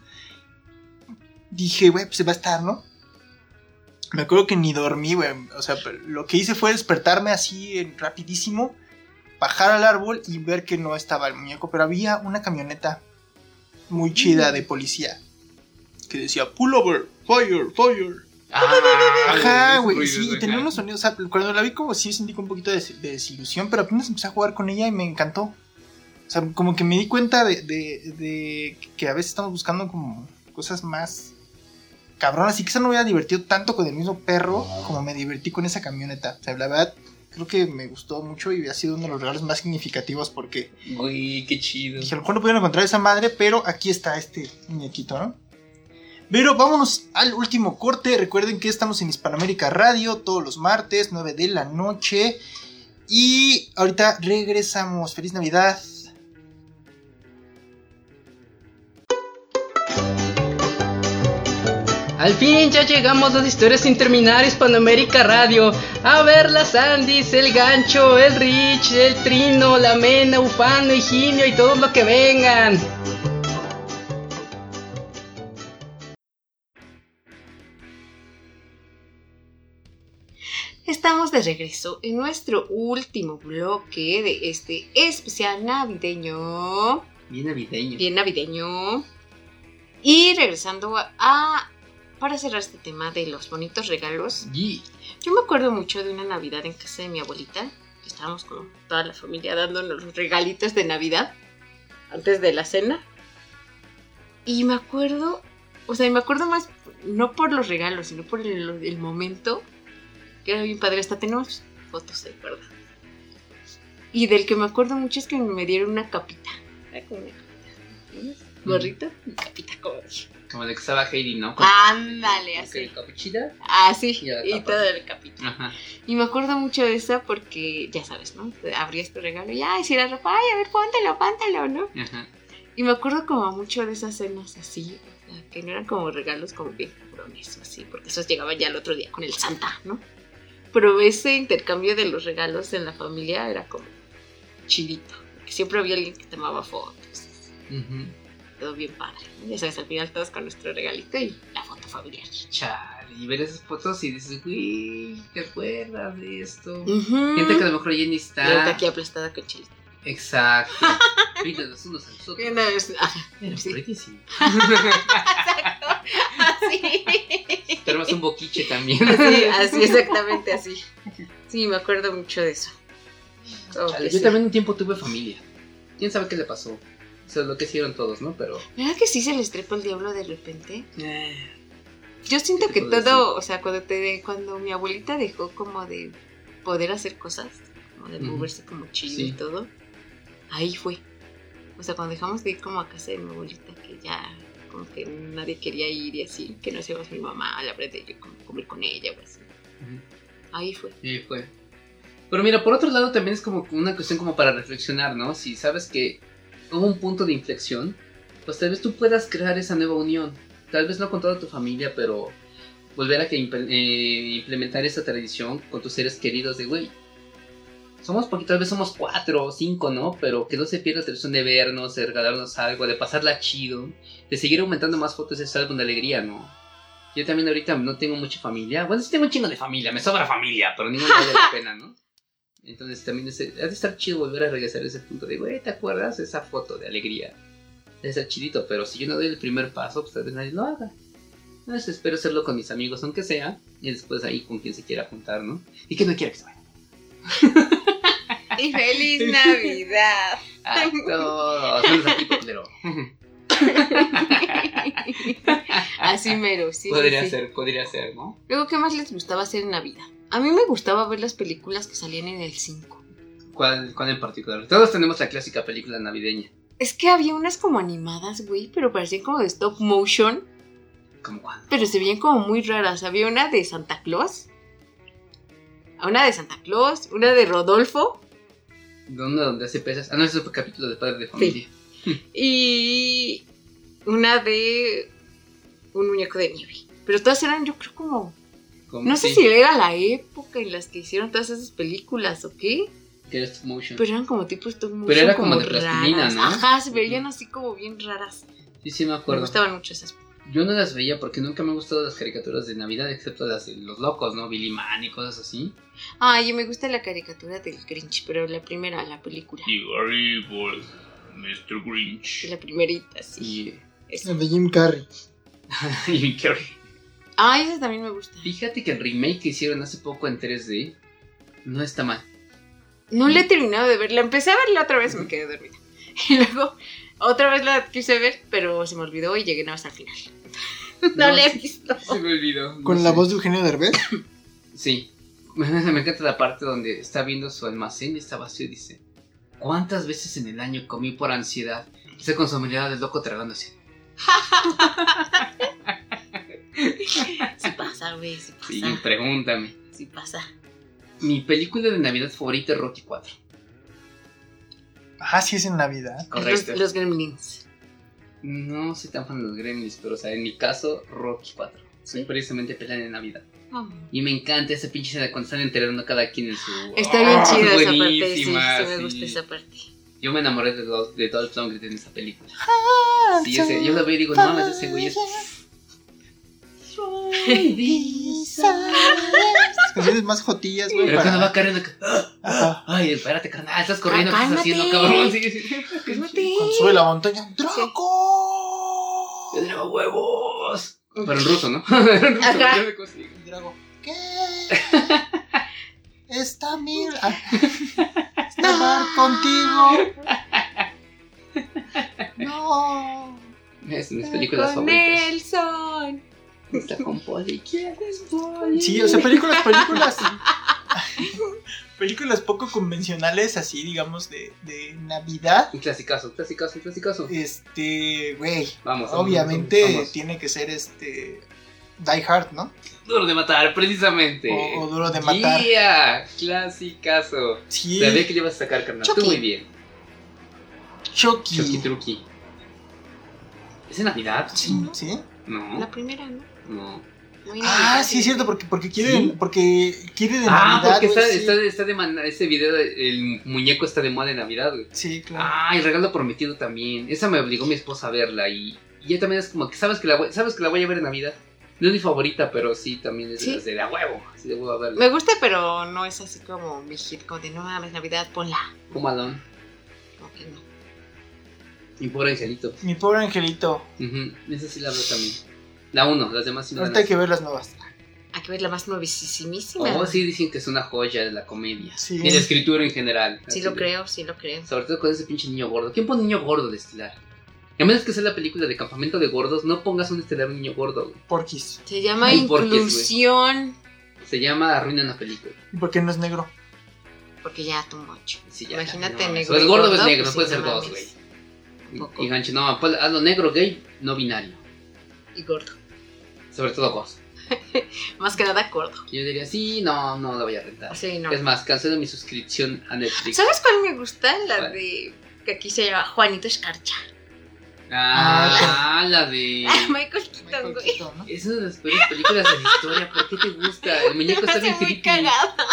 Speaker 1: Dije, güey, pues se va a estar, ¿no? Me acuerdo que ni dormí, güey. O sea, pero lo que hice fue despertarme así en- rapidísimo, bajar al árbol y ver que no estaba el muñeco. Pero había una camioneta muy chida de policía que decía, pull over, fire, fire. <laughs>
Speaker 3: Ah,
Speaker 1: Ajá,
Speaker 3: esos
Speaker 1: güey.
Speaker 3: ruidos,
Speaker 1: Sí,
Speaker 3: ajá.
Speaker 1: tenía unos sonidos. o sea, cuando la vi, como sí sentí como un poquito de, de desilusión, pero apenas empecé a jugar con ella y me encantó. O sea, como que me di cuenta de, de- de que a veces estamos buscando como cosas más cabronas. Y quizá no me hubiera divertido tanto con el mismo perro como me divertí con esa camioneta. O sea, la verdad, creo que me gustó mucho y ha sido uno de los regalos más significativos porque
Speaker 3: Güey, qué chido.
Speaker 1: dije, a lo mejor no pudieron encontrar esa madre, pero aquí está este muñequito, ¿no? Pero vámonos al último corte. Recuerden que estamos en Hispanoamérica Radio todos los martes, 9 de la noche. Y ahorita regresamos. Feliz Navidad.
Speaker 4: Al fin ya llegamos a las historias sin terminar Hispanoamérica Radio. A ver las Andis, el gancho, el Rich, el Trino, la Mena, Ufano, Higinio y todos los que vengan.
Speaker 2: Estamos de regreso en nuestro último bloque de este especial navideño.
Speaker 3: Bien navideño.
Speaker 2: Bien navideño. Y regresando a, a- Para cerrar este tema de los bonitos regalos.
Speaker 3: Y-
Speaker 2: Yo me acuerdo mucho de una Navidad en casa de mi abuelita. que Estábamos con toda la familia dándonos los regalitos de Navidad. Antes de la cena. Y me acuerdo... O sea, y me acuerdo más... No por los regalos, sino por el, el momento. Que era bien padre. Hasta tenemos fotos, ¿de acuerdo? Y del que me acuerdo mucho es que me dieron una capita. Era como una capita. ¿no? Gorrito y capita como
Speaker 3: Como la que estaba Heidi, ¿no?
Speaker 2: Ah,
Speaker 3: Con-
Speaker 2: Ándale,
Speaker 3: con que
Speaker 2: así.
Speaker 3: capuchita.
Speaker 2: Así.
Speaker 3: Y la
Speaker 2: Y
Speaker 3: tapa.
Speaker 2: todo el capita.
Speaker 3: Ajá.
Speaker 2: Y me acuerdo mucho de esa porque, ya sabes, ¿no? Abrías tu regalo y, ay, si la ropa, ay, a ver, póntelo, póntelo, ¿no?
Speaker 3: Ajá.
Speaker 2: Y me acuerdo como mucho de esas cenas así, o sea, que no eran como regalos como bien cabrones, así, porque esos llegaban ya el otro día con el Santa, ¿no? Pero ese intercambio de los regalos en la familia era como chidito, porque siempre había alguien que tomaba fotos,
Speaker 3: Ujú.
Speaker 2: todo bien padre, ¿no? Ya sabes, al final todos con nuestro regalito y la foto familiar.
Speaker 3: Chale, y ver esas fotos y dices, güey, ¿te acuerdas de esto?
Speaker 2: Ujú.
Speaker 3: Gente que a lo mejor ya ni
Speaker 2: Y ahorita
Speaker 3: está.
Speaker 2: aquí aplastada con chile.
Speaker 3: Exacto. <laughs> Pídanos unos a los otros.
Speaker 2: Una vez- ajá,
Speaker 3: Era
Speaker 2: sí.
Speaker 3: <laughs> buenísimo.
Speaker 2: así.
Speaker 3: Te armas un boquiche también. <laughs>
Speaker 2: Sí, así, exactamente así. Sí, me acuerdo mucho de eso. Como
Speaker 3: Chale,
Speaker 2: que
Speaker 3: yo
Speaker 2: sí.
Speaker 3: también un tiempo tuve familia. ¿Quién sabe qué le pasó? O sea, lo que hicieron todos, ¿no? Pero...
Speaker 2: ¿Verdad que sí se les trepa el diablo de repente?
Speaker 3: eh,
Speaker 2: Yo siento
Speaker 3: ¿Qué
Speaker 2: que
Speaker 3: te puedo
Speaker 2: todo, o sea, cuando te cuando mi abuelita dejó como de poder hacer cosas, como de
Speaker 3: Ujú.
Speaker 2: moverse como chido
Speaker 3: Sí.
Speaker 2: y todo, ahí fue. O sea, cuando dejamos de ir como a casa de mi abuelita, que ya como que nadie quería ir y así, que nos íbamos mi mamá a la hora de yo como comer con ella o así.
Speaker 3: ujú.
Speaker 2: Ahí fue.
Speaker 3: Sí, fue. Pero mira, por otro lado también es como una cuestión como para reflexionar, ¿no? Si sabes que hubo un punto de inflexión, pues tal vez tú puedas crear esa nueva unión. Tal vez no con toda tu familia, pero volver a que imp- eh, implementar esa tradición con tus seres queridos de, güey, somos poquitos, tal vez somos cuatro o cinco, ¿no? Pero que no se pierda la tradición de vernos, de regalarnos algo, de pasarla chido, de seguir aumentando más fotos de ese álbum de alegría, ¿no? Yo
Speaker 2: <laughs>
Speaker 3: también ahorita no tengo mucha familia. Bueno, sí tengo un chingo de familia, me sobra familia, pero ninguna vale la pena, ¿no? Entonces también ese- ha de estar chido volver a regresar a ese punto de, güey, ¿te acuerdas esa foto de alegría? Ha de estar chidito, pero si yo no doy el primer paso, pues tal vez nadie lo haga. Entonces espero hacerlo con mis amigos, aunque sea, y después ahí con quien se quiera juntar, ¿no? Y que no quiera que se vaya.
Speaker 2: Y feliz Navidad. <laughs>
Speaker 3: A todos, menos Ah, a ti, populero.
Speaker 2: <laughs> Así mero, sí. sí,
Speaker 3: podría
Speaker 2: sí.
Speaker 3: ser, podría ser, ¿no?
Speaker 2: Luego, ¿qué más les gustaba hacer en Navidad? A mí me gustaba ver las películas que salían en el 5.
Speaker 3: ¿Cuál, ¿Cuál en particular? Todos tenemos la clásica película navideña.
Speaker 2: Es que había unas como animadas, güey, pero parecían como de stop motion,
Speaker 3: ¿Cómo cuál?
Speaker 2: pero se veían como muy raras. Había una de Santa Claus, una de Santa Claus, una de Rodolfo
Speaker 3: ¿Dónde, dónde hace pesas? Ah, no, ese fue capítulo de Padre de Familia.
Speaker 2: y una de un muñeco de nieve. Pero todas eran, yo creo, como.
Speaker 3: Como
Speaker 2: No sé
Speaker 3: sí,
Speaker 2: si era la época en las que hicieron todas esas películas o qué.
Speaker 3: Que era stop motion.
Speaker 2: Pero eran como tipo stop motion.
Speaker 3: Pero era como de plastilina,
Speaker 2: raras.
Speaker 3: ¿no?
Speaker 2: Ajá, se veían así como bien raras.
Speaker 3: sí, sí, me
Speaker 2: Me
Speaker 3: acuerdo.
Speaker 2: gustaban mucho esas.
Speaker 3: Yo no las veía porque nunca me han gustado las caricaturas de Navidad, excepto las de los locos, ¿no? Billy Man y cosas así.
Speaker 2: Ay, y me gusta la caricatura del Grinch, pero la primera, la película.
Speaker 7: Mr. Grinch.
Speaker 2: La primerita, sí.
Speaker 3: Y,
Speaker 2: Esa.
Speaker 1: El de Jim Carrey.
Speaker 3: y <laughs> Carrie.
Speaker 2: Ay, esa también me gusta.
Speaker 3: Fíjate que el remake que hicieron hace poco en 3D no está mal.
Speaker 2: No la he terminado de ver. La empecé a ver la otra vez me quedé dormida. <laughs> Y luego otra vez la quise ver, pero se me olvidó y llegué nada más al final. <laughs> No,
Speaker 3: No,
Speaker 2: la he
Speaker 3: sí.
Speaker 2: visto.
Speaker 3: Se me olvidó. no
Speaker 1: Con la
Speaker 3: sé.
Speaker 1: voz de Eugenio Derbez.
Speaker 3: Sí. <laughs> Me encanta la parte donde está viendo su almacén y está vacío y dice: ¿Cuántas veces en el año comí por ansiedad? Se con su mirada del loco tragándose.
Speaker 2: Sí pasa, güey, sí pasa.
Speaker 3: Y pregúntame.
Speaker 2: Sí pasa.
Speaker 3: Mi película de Navidad favorita es Rocky 4.
Speaker 1: Ah, sí es en Navidad.
Speaker 2: Los, los gremlins.
Speaker 3: No soy tan fan de los Gremlins, pero o sea, en mi caso, Rocky 4. Soy precisamente pelean de Navidad.
Speaker 2: Oh.
Speaker 3: Y me encanta esa pinche escena cuando están enterando cada quien en su.
Speaker 2: Está bien
Speaker 3: ¡Ah!
Speaker 2: chida esa parte, sí, sí
Speaker 3: Buenísima,
Speaker 2: me
Speaker 3: sí.
Speaker 2: gusta esa parte.
Speaker 3: Yo me enamoré de, Dol- de Dolph Lundgren en esa película.
Speaker 1: Ah,
Speaker 3: Sí, ese- yo la veo y digo, no, mames, ese güey es.
Speaker 1: Las canciones más jotillas, güey.
Speaker 3: Pero
Speaker 1: para-
Speaker 3: cuando va corriendo,
Speaker 1: Ajá.
Speaker 3: ay, espérate, carnal, estás corriendo, ¿qué
Speaker 2: Ah,
Speaker 3: estás haciendo,
Speaker 2: cálmate.
Speaker 3: cabrón? Sí, sí.
Speaker 2: Cálmate.
Speaker 1: Cuando sube la montaña. ¡Draco!
Speaker 3: Yo tengo huevos. Pero en ruso, ¿no? <laughs> En ruso,
Speaker 2: Ajá.
Speaker 3: yo me consigo.
Speaker 1: Y Drago. ¿Qué? Está Mir. ah, Está Mar contigo.
Speaker 4: <laughs>
Speaker 1: No.
Speaker 3: Es una de mis películas
Speaker 2: Con
Speaker 3: favoritas.
Speaker 2: Nelson.
Speaker 3: Está con Polly.
Speaker 2: ¿Quieres voy?
Speaker 1: Sí, o sea, películas, películas. películas poco convencionales, así, digamos, de, de Navidad.
Speaker 3: Un clasicazo, un clasicazo, un clasicazo.
Speaker 1: Este, güey.
Speaker 3: Vamos, vamos,
Speaker 1: Obviamente
Speaker 3: vamos.
Speaker 1: tiene que ser este. Die Hard, ¿no?
Speaker 3: Duro de matar, precisamente.
Speaker 1: O, o Duro de Matar.
Speaker 3: Yeah, clasicazo.
Speaker 1: Sí.
Speaker 3: Sabía que le ibas a sacar, carnal.
Speaker 1: Chucky.
Speaker 3: Tú muy bien.
Speaker 1: Chucky.
Speaker 3: Chucky Trucky. ¿Es en Navidad?
Speaker 1: Sí, sí.
Speaker 3: No,
Speaker 2: La primera, ¿no?
Speaker 3: no.
Speaker 2: Muy
Speaker 1: Ah,
Speaker 2: navideña.
Speaker 1: sí, es cierto, porque, porque quiere,
Speaker 3: Sí.
Speaker 1: porque quiere de
Speaker 3: Ah,
Speaker 1: Navidad.
Speaker 3: porque está,
Speaker 1: güey, sí.
Speaker 3: está, está de man- ese video, de- el muñeco está de moda de Navidad, güey.
Speaker 1: Sí, claro.
Speaker 3: Ah, el regalo prometido también. Esa me obligó mi esposa a verla y, y ya también es como que sabes que la voy, sabes que la voy a ver en Navidad. No es mi favorita, pero sí también es de
Speaker 2: Sí.
Speaker 3: las de la huevo. Sí, debo a verla.
Speaker 2: Me gusta, pero no es así como mi hit, como de no mames, Navidad, ponla.
Speaker 3: Como Adón.
Speaker 2: Como que no.
Speaker 3: Mi pobre angelito.
Speaker 1: Mi pobre angelito.
Speaker 3: Ujú, Esa sí la veo también. La uno, las demás sí me dan
Speaker 1: Ahorita hay
Speaker 3: asco.
Speaker 1: que ver las nuevas.
Speaker 2: Hay que ver la más nuevisisimísima.
Speaker 3: Oh, sí dicen que es una joya de la comedia.
Speaker 1: Sí.
Speaker 3: Y la escritura en general.
Speaker 2: Sí
Speaker 3: Así
Speaker 2: lo
Speaker 3: de-
Speaker 2: creo, sí lo creo.
Speaker 3: Sobre todo con ese pinche niño gordo. ¿Quién pone niño gordo de estelar? A menos que sea la película de campamento de gordos, no pongas un estelar un niño gordo. güey.
Speaker 1: Porquis.
Speaker 2: Se llama
Speaker 3: Ay, ¿por qué, güey?
Speaker 2: inclusión.
Speaker 3: Se llama Arruina una película.
Speaker 1: ¿Y por qué no es negro?
Speaker 2: Porque ya tu mucho.
Speaker 3: Sí, ya,
Speaker 2: Imagínate
Speaker 3: no,
Speaker 2: negro.
Speaker 3: o es
Speaker 2: y
Speaker 3: gordo o es negro,
Speaker 2: pues,
Speaker 3: puede
Speaker 2: sí,
Speaker 3: ser
Speaker 2: no
Speaker 3: dos,
Speaker 2: mames.
Speaker 3: güey. Y gancho, no, pon- hazlo negro, gay, no binario.
Speaker 2: Y gordo.
Speaker 3: Sobre todo gordo.
Speaker 2: Más que nada gordo.
Speaker 3: Yo diría, sí, no, no la voy a rentar.
Speaker 2: Sí, no.
Speaker 3: Es más, cancelo mi suscripción a Netflix.
Speaker 2: ¿Sabes cuál me gusta? La
Speaker 3: ¿Cuál?
Speaker 2: de. Que aquí se llama Juanito Escarcha.
Speaker 3: Ah, la de...
Speaker 2: <laughs> Michael Keaton, güey.
Speaker 1: Keaton, ¿no?
Speaker 3: Es una de las peores películas de la historia. ¿Por qué te gusta? El muñeco está bien
Speaker 2: Se me hace muy
Speaker 3: creepy.
Speaker 2: cagada.
Speaker 1: <laughs>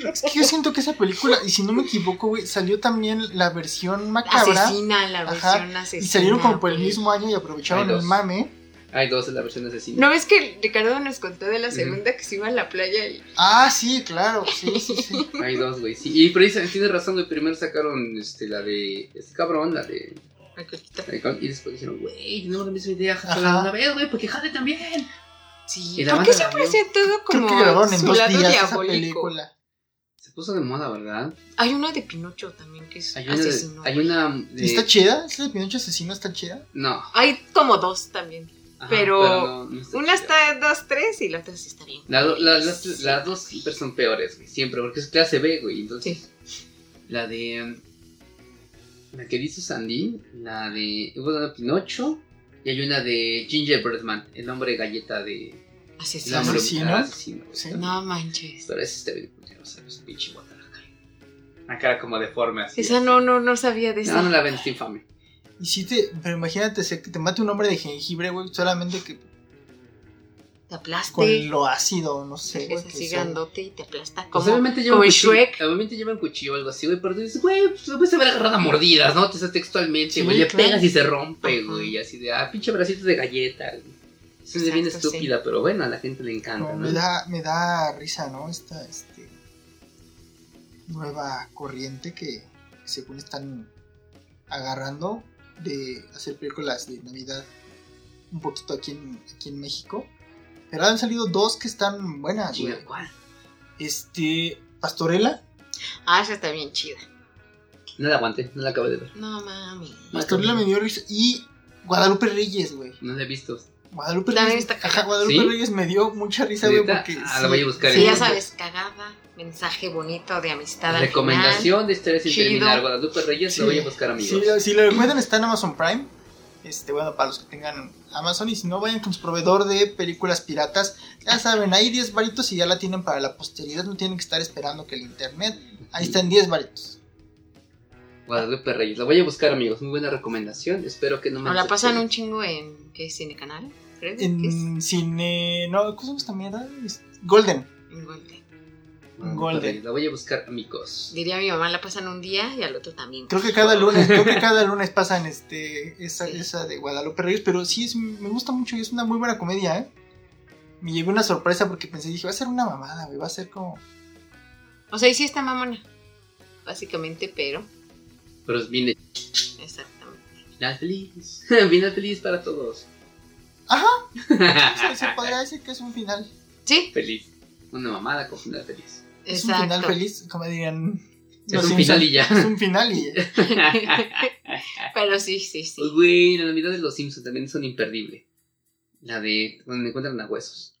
Speaker 1: Es que yo siento que esa película, y si no me equivoco, güey, salió también la versión macabra.
Speaker 2: Asesina, la
Speaker 1: Ajá.
Speaker 2: versión asesina.
Speaker 1: Y salieron como por el
Speaker 2: güey.
Speaker 1: mismo año y aprovecharon
Speaker 3: Hay dos.
Speaker 1: el mame.
Speaker 3: Hay dos de la versión asesina.
Speaker 2: ¿No ves que Ricardo nos contó de la segunda que se iba a la playa y
Speaker 1: Ah, sí, claro, sí, sí,
Speaker 2: <laughs>
Speaker 1: sí.
Speaker 3: Hay dos, güey. Sí, y precisamente tienes razón, güey. Primero sacaron este, la de este cabrón, la de.
Speaker 2: Ay, coquita.
Speaker 3: la de Con- Y después dijeron, güey, no, la misma idea,
Speaker 1: Ajá.
Speaker 3: jala una vez, güey, porque jade también.
Speaker 2: Sí,
Speaker 3: Y la
Speaker 2: ¿por
Speaker 3: banda
Speaker 2: qué
Speaker 3: la
Speaker 2: siempre
Speaker 3: vio.
Speaker 2: hace todo
Speaker 1: Creo
Speaker 2: como
Speaker 1: que grabaron en
Speaker 2: su
Speaker 1: dos
Speaker 2: lado
Speaker 1: días esa
Speaker 2: diabólico?
Speaker 1: película.
Speaker 3: Se puso de moda, ¿verdad?
Speaker 2: Hay uno de Pinocho también que es
Speaker 3: Hay una.
Speaker 2: asesino.
Speaker 3: De, hay una de-
Speaker 1: ¿Está chida? ¿Esa de Pinocho Asesino está chida?
Speaker 3: No.
Speaker 2: Hay como dos también.
Speaker 3: Ajá,
Speaker 2: Pero
Speaker 3: no- no está
Speaker 2: Una
Speaker 3: chida.
Speaker 2: está en dos, tres y la otra sí está bien.
Speaker 3: La do- la- las, las dos siempre son peores, güey, siempre, porque es clase B, güey. Entonces, la de. um, La que dice Sandy, la de. Hubo una de Pinocho y hay una de Gingerbread Man, el hombre galleta de. el
Speaker 2: Asesino.
Speaker 3: hombre
Speaker 1: asesino.
Speaker 3: asesino, güey.
Speaker 1: Sí.
Speaker 2: No manches.
Speaker 3: Pero ese está bien culero, ¿sabes? Pinche guataraca. Una cara como deforme así.
Speaker 2: Esa no, no, no sabía de esa.
Speaker 3: No, no la ven, está infame.
Speaker 1: Y si te. Pero imagínate ser que te mate un hombre de jengibre, güey, solamente que
Speaker 2: Te
Speaker 1: con
Speaker 2: aplaste.
Speaker 1: lo ácido, no sé,
Speaker 2: Es
Speaker 1: güey. que
Speaker 2: así
Speaker 1: sea-
Speaker 2: grandote y te aplasta
Speaker 3: Pues
Speaker 2: como.
Speaker 3: obviamente llevan
Speaker 2: como en
Speaker 3: cuchillo,
Speaker 2: Shrek.
Speaker 3: obviamente llevan cuchillo o algo así, güey, pero tú dices, güey, pues lo puedes haber agarrado a mordidas, ¿no? Te estás textualmente,
Speaker 1: Sí,
Speaker 3: güey, le
Speaker 1: claro.
Speaker 3: pegas y se rompe,
Speaker 2: Ajá.
Speaker 3: güey, así de, ah, pinche bracito de galleta. güey. Es una idea bien
Speaker 2: Exacto, sí.
Speaker 3: estúpida, pero bueno, a la gente le encanta,
Speaker 1: No,
Speaker 3: ¿no?
Speaker 1: me da, me da risa, ¿no? Esta este, nueva corriente que según están agarrando de hacer películas de Navidad un poquito aquí en, aquí en México. Pero han salido dos que están buenas, güey.
Speaker 3: Chinga, ¿cuál?
Speaker 1: Este, Pastorela.
Speaker 2: Ah, esa está bien chida.
Speaker 3: No la aguanté, no la acabo de ver.
Speaker 2: No mami.
Speaker 1: Pastorela me dio risa. Y Guadalupe Reyes, güey.
Speaker 3: No la he visto.
Speaker 1: Guadalupe
Speaker 2: También
Speaker 1: Reyes.
Speaker 2: está
Speaker 1: Ajá, Guadalupe
Speaker 3: ¿Sí?
Speaker 1: Reyes me dio mucha risa, güey.
Speaker 3: ¿Neta?
Speaker 1: Porque.
Speaker 3: Ah, la voy a buscar
Speaker 2: Sí,
Speaker 3: en
Speaker 2: ya sabes, cagada, mensaje bonito de amistad al final.
Speaker 3: Recomendación de historias sin
Speaker 2: Chido.
Speaker 3: terminar. Guadalupe Reyes,
Speaker 1: Sí.
Speaker 3: lo voy a buscar, amigos.
Speaker 1: Si, lo- si lo encuentran está en Amazon Prime. Este, bueno, para los que tengan Amazon y si no, vayan con su proveedor de películas piratas. Ya saben, hay 10 varitos y ya la tienen para la posteridad. No tienen que estar esperando que el internet. Ahí están 10 varitos.
Speaker 3: Guadalupe Reyes, la voy a buscar, amigos. Muy buena recomendación. Espero que no me
Speaker 2: O la pasan
Speaker 3: decepcione.
Speaker 2: un chingo en. ¿Qué es? ¿Cine Canal? Creo que es.
Speaker 1: En cine. No, ¿cómo se llama esta mierda? Es- Golden.
Speaker 2: En Golden.
Speaker 3: Guadalupe
Speaker 1: Golden.
Speaker 3: Reyes, La voy a buscar, amigos.
Speaker 2: Diría mi mamá, la pasan un día y al otro también.
Speaker 1: Creo que cada lunes, creo que cada lunes pasan este, esa, esa de Guadalupe Reyes. Pero sí, es- me gusta mucho y es una muy buena comedia, ¿eh? Me llevé una sorpresa porque pensé, dije, va a ser una mamada, güey. Va a ser como.
Speaker 2: O sea, y sí está mamona. Básicamente, pero.
Speaker 3: Pero es bien
Speaker 2: Exactamente.
Speaker 3: Final feliz. <laughs> Final feliz para todos. Ajá.
Speaker 1: Se, se podría decir que es un final.
Speaker 2: Sí,
Speaker 3: <laughs> feliz. Una mamada con final feliz. <laughs>
Speaker 1: Es
Speaker 2: exacto.
Speaker 1: un final feliz, como dirían. los
Speaker 3: es
Speaker 1: Simpson.
Speaker 3: un final y ya.
Speaker 1: Es un final y
Speaker 3: <laughs>
Speaker 1: ya.
Speaker 2: Pero sí, sí, sí.
Speaker 3: Pues, Güey, la Navidad de los Simpsons también son imperdible. La de cuando encuentran a huesos.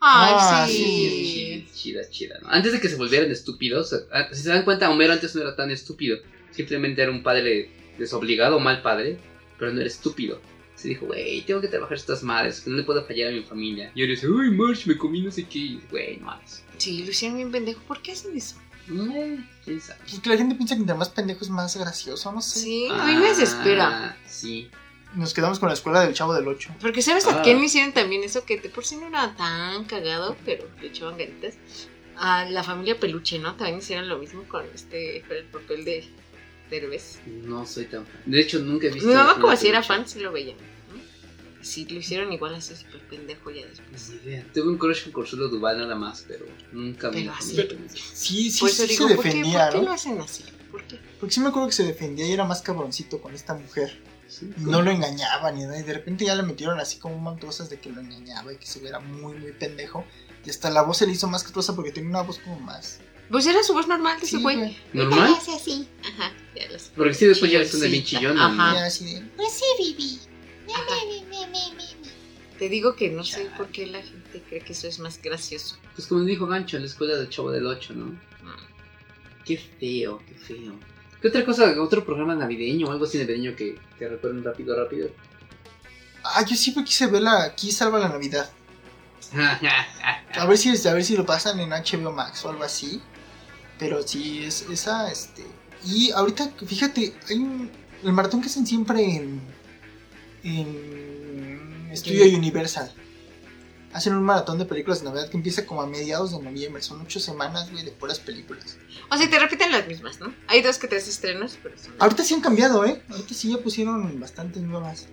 Speaker 2: Ay,
Speaker 1: Ah,
Speaker 2: sí.
Speaker 1: sí,
Speaker 3: Es Chida, chida. ¿no? Antes de que se volvieran estúpidos, a- si se dan cuenta, Homero antes no era tan estúpido. Simplemente era un padre desobligado, mal padre, pero no era estúpido. Se dijo, güey, tengo que trabajar estas madres, que no le puedo fallar a mi familia. Y ahora dice, uy, Marsh, me comí no sé qué. Y, Güey, no mames.
Speaker 2: Sí, Luciano bien pendejo. ¿Por qué hacen eso?
Speaker 3: Eh, ¿Quién sabe?
Speaker 1: Pues que la gente piensa que entre más pendejo es más gracioso, no sé.
Speaker 2: Sí, a mí me desespera.
Speaker 3: Ah, Sí.
Speaker 1: Nos quedamos con la escuela del chavo del 8.
Speaker 2: Porque ¿sabes
Speaker 3: Ah.
Speaker 2: a quién me hicieron también eso? Que de por sí no era tan cagado, pero le echaban ganitas. A la familia Peluche, ¿no? También hicieron lo mismo con este, con el papel de Derbez.
Speaker 3: No soy tan fan. De hecho, nunca he visto.
Speaker 2: Mi mamá
Speaker 3: una
Speaker 2: como si era
Speaker 3: peluche.
Speaker 2: fan, sí lo veía. ¿no? Sí, lo hicieron igual así, súper pendejo ya después.
Speaker 3: Ni idea. Tuve un crush con Consuelo Duval nada más, pero nunca
Speaker 2: Pero
Speaker 3: la
Speaker 2: así.
Speaker 3: familia peluche.
Speaker 1: Sí, sí,
Speaker 2: Por
Speaker 1: sí,
Speaker 2: eso digo,
Speaker 1: se
Speaker 2: ¿por qué,
Speaker 1: defendía,
Speaker 2: ¿por qué
Speaker 1: ¿no?
Speaker 2: lo hacen así? ¿Por qué?
Speaker 1: Porque sí me acuerdo que se defendía y era más cabroncito con esta mujer.
Speaker 3: Sí,
Speaker 1: Y no lo engañaba ni nada. Y de repente ya le metieron así como un montón de cosas de que lo engañaba y que se viera muy, muy pendejo. Y hasta la voz se le hizo más castrosa porque tenía una voz como más.
Speaker 2: Pues era su voz normal de ese
Speaker 1: Sí,
Speaker 2: güey.
Speaker 1: güey.
Speaker 3: ¿Normal?
Speaker 2: Hace así. Ajá, ya lo sé.
Speaker 3: Porque sí, después ya son de bien
Speaker 2: Chilloncita,
Speaker 3: chillona, ¿no?
Speaker 1: Y
Speaker 2: Ajá.
Speaker 1: era así de,
Speaker 2: Te digo que no sé por qué la gente cree que eso es más gracioso.
Speaker 3: Pues como dijo Gancho, en la escuela del Chavo del Ocho, ¿no?
Speaker 2: Mm.
Speaker 3: Qué feo, qué feo. ¿Qué otra cosa, otro programa navideño o algo así navideño que, que recuerden rápido, rápido? <laughs>
Speaker 1: Ah, yo siempre quise verla aquí, salva la Navidad. A ver si, a ver si lo pasan en HBO Max o algo así. Pero sí, es esa, este. Y ahorita, fíjate, hay un- el maratón que hacen siempre en. En. Estudio
Speaker 2: Sí.
Speaker 1: Universal. Hacen un maratón de películas de Navidad que empieza como a mediados de noviembre. Son ocho semanas, güey, de puras películas.
Speaker 2: O sea, te repiten las mismas, ¿no? Hay dos que tres estrenos, pero
Speaker 1: Ah,
Speaker 2: son...
Speaker 1: Ahorita sí han cambiado, ¿eh? Ahorita sí ya pusieron bastantes nuevas.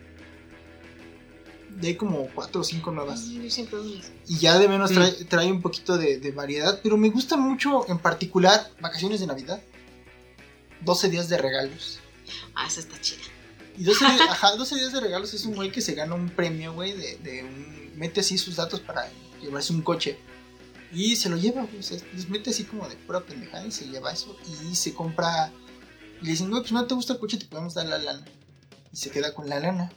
Speaker 1: de ahí como cuatro o cinco nuevas.
Speaker 2: Yo siempre hago eso.
Speaker 1: Y ya de
Speaker 2: Mm.
Speaker 1: menos trae, trae un poquito de, de variedad, pero me gustan mucho, en particular, Vacaciones de Navidad. 12 días de regalos.
Speaker 2: Ah, esa está chida.
Speaker 1: Y 12,
Speaker 2: <laughs>
Speaker 1: días- ajá, 12 días de regalos es un güey que se gana un premio, güey, de, de un- mete así sus datos para llevarse un coche. Y se lo lleva, güey, o sea, les mete así como de pura pendejada y se lleva eso. Y se compra... Y le dicen, güey, pues no te gusta el coche, te podemos dar la lana. Y se queda con la lana.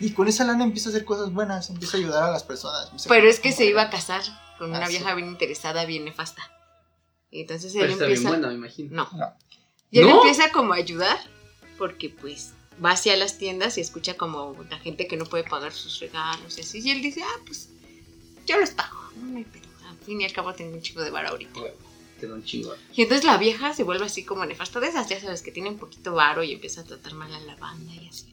Speaker 1: Y con esa lana empieza a hacer cosas buenas, empieza a ayudar a las personas.
Speaker 2: Pero es que se iba a casar con
Speaker 1: Ah,
Speaker 2: una
Speaker 1: sí.
Speaker 2: vieja bien interesada, bien nefasta. Y entonces él
Speaker 3: Pero está bien
Speaker 2: empieza.
Speaker 3: buena, me imagino.
Speaker 2: No.
Speaker 1: No.
Speaker 2: Y él
Speaker 3: ¿No?
Speaker 2: empieza como a ayudar, porque pues va hacia las tiendas y escucha como la gente que no puede pagar sus regalos y así. Y él dice, ah, pues yo los pago, no me pedo. Al fin y al cabo tengo un chico de vara ahorita.
Speaker 3: Te da un chingo.
Speaker 2: Y entonces la vieja se vuelve así como nefasta de esas, ya sabes, que tiene un poquito varo y empieza a tratar mal a la banda y así.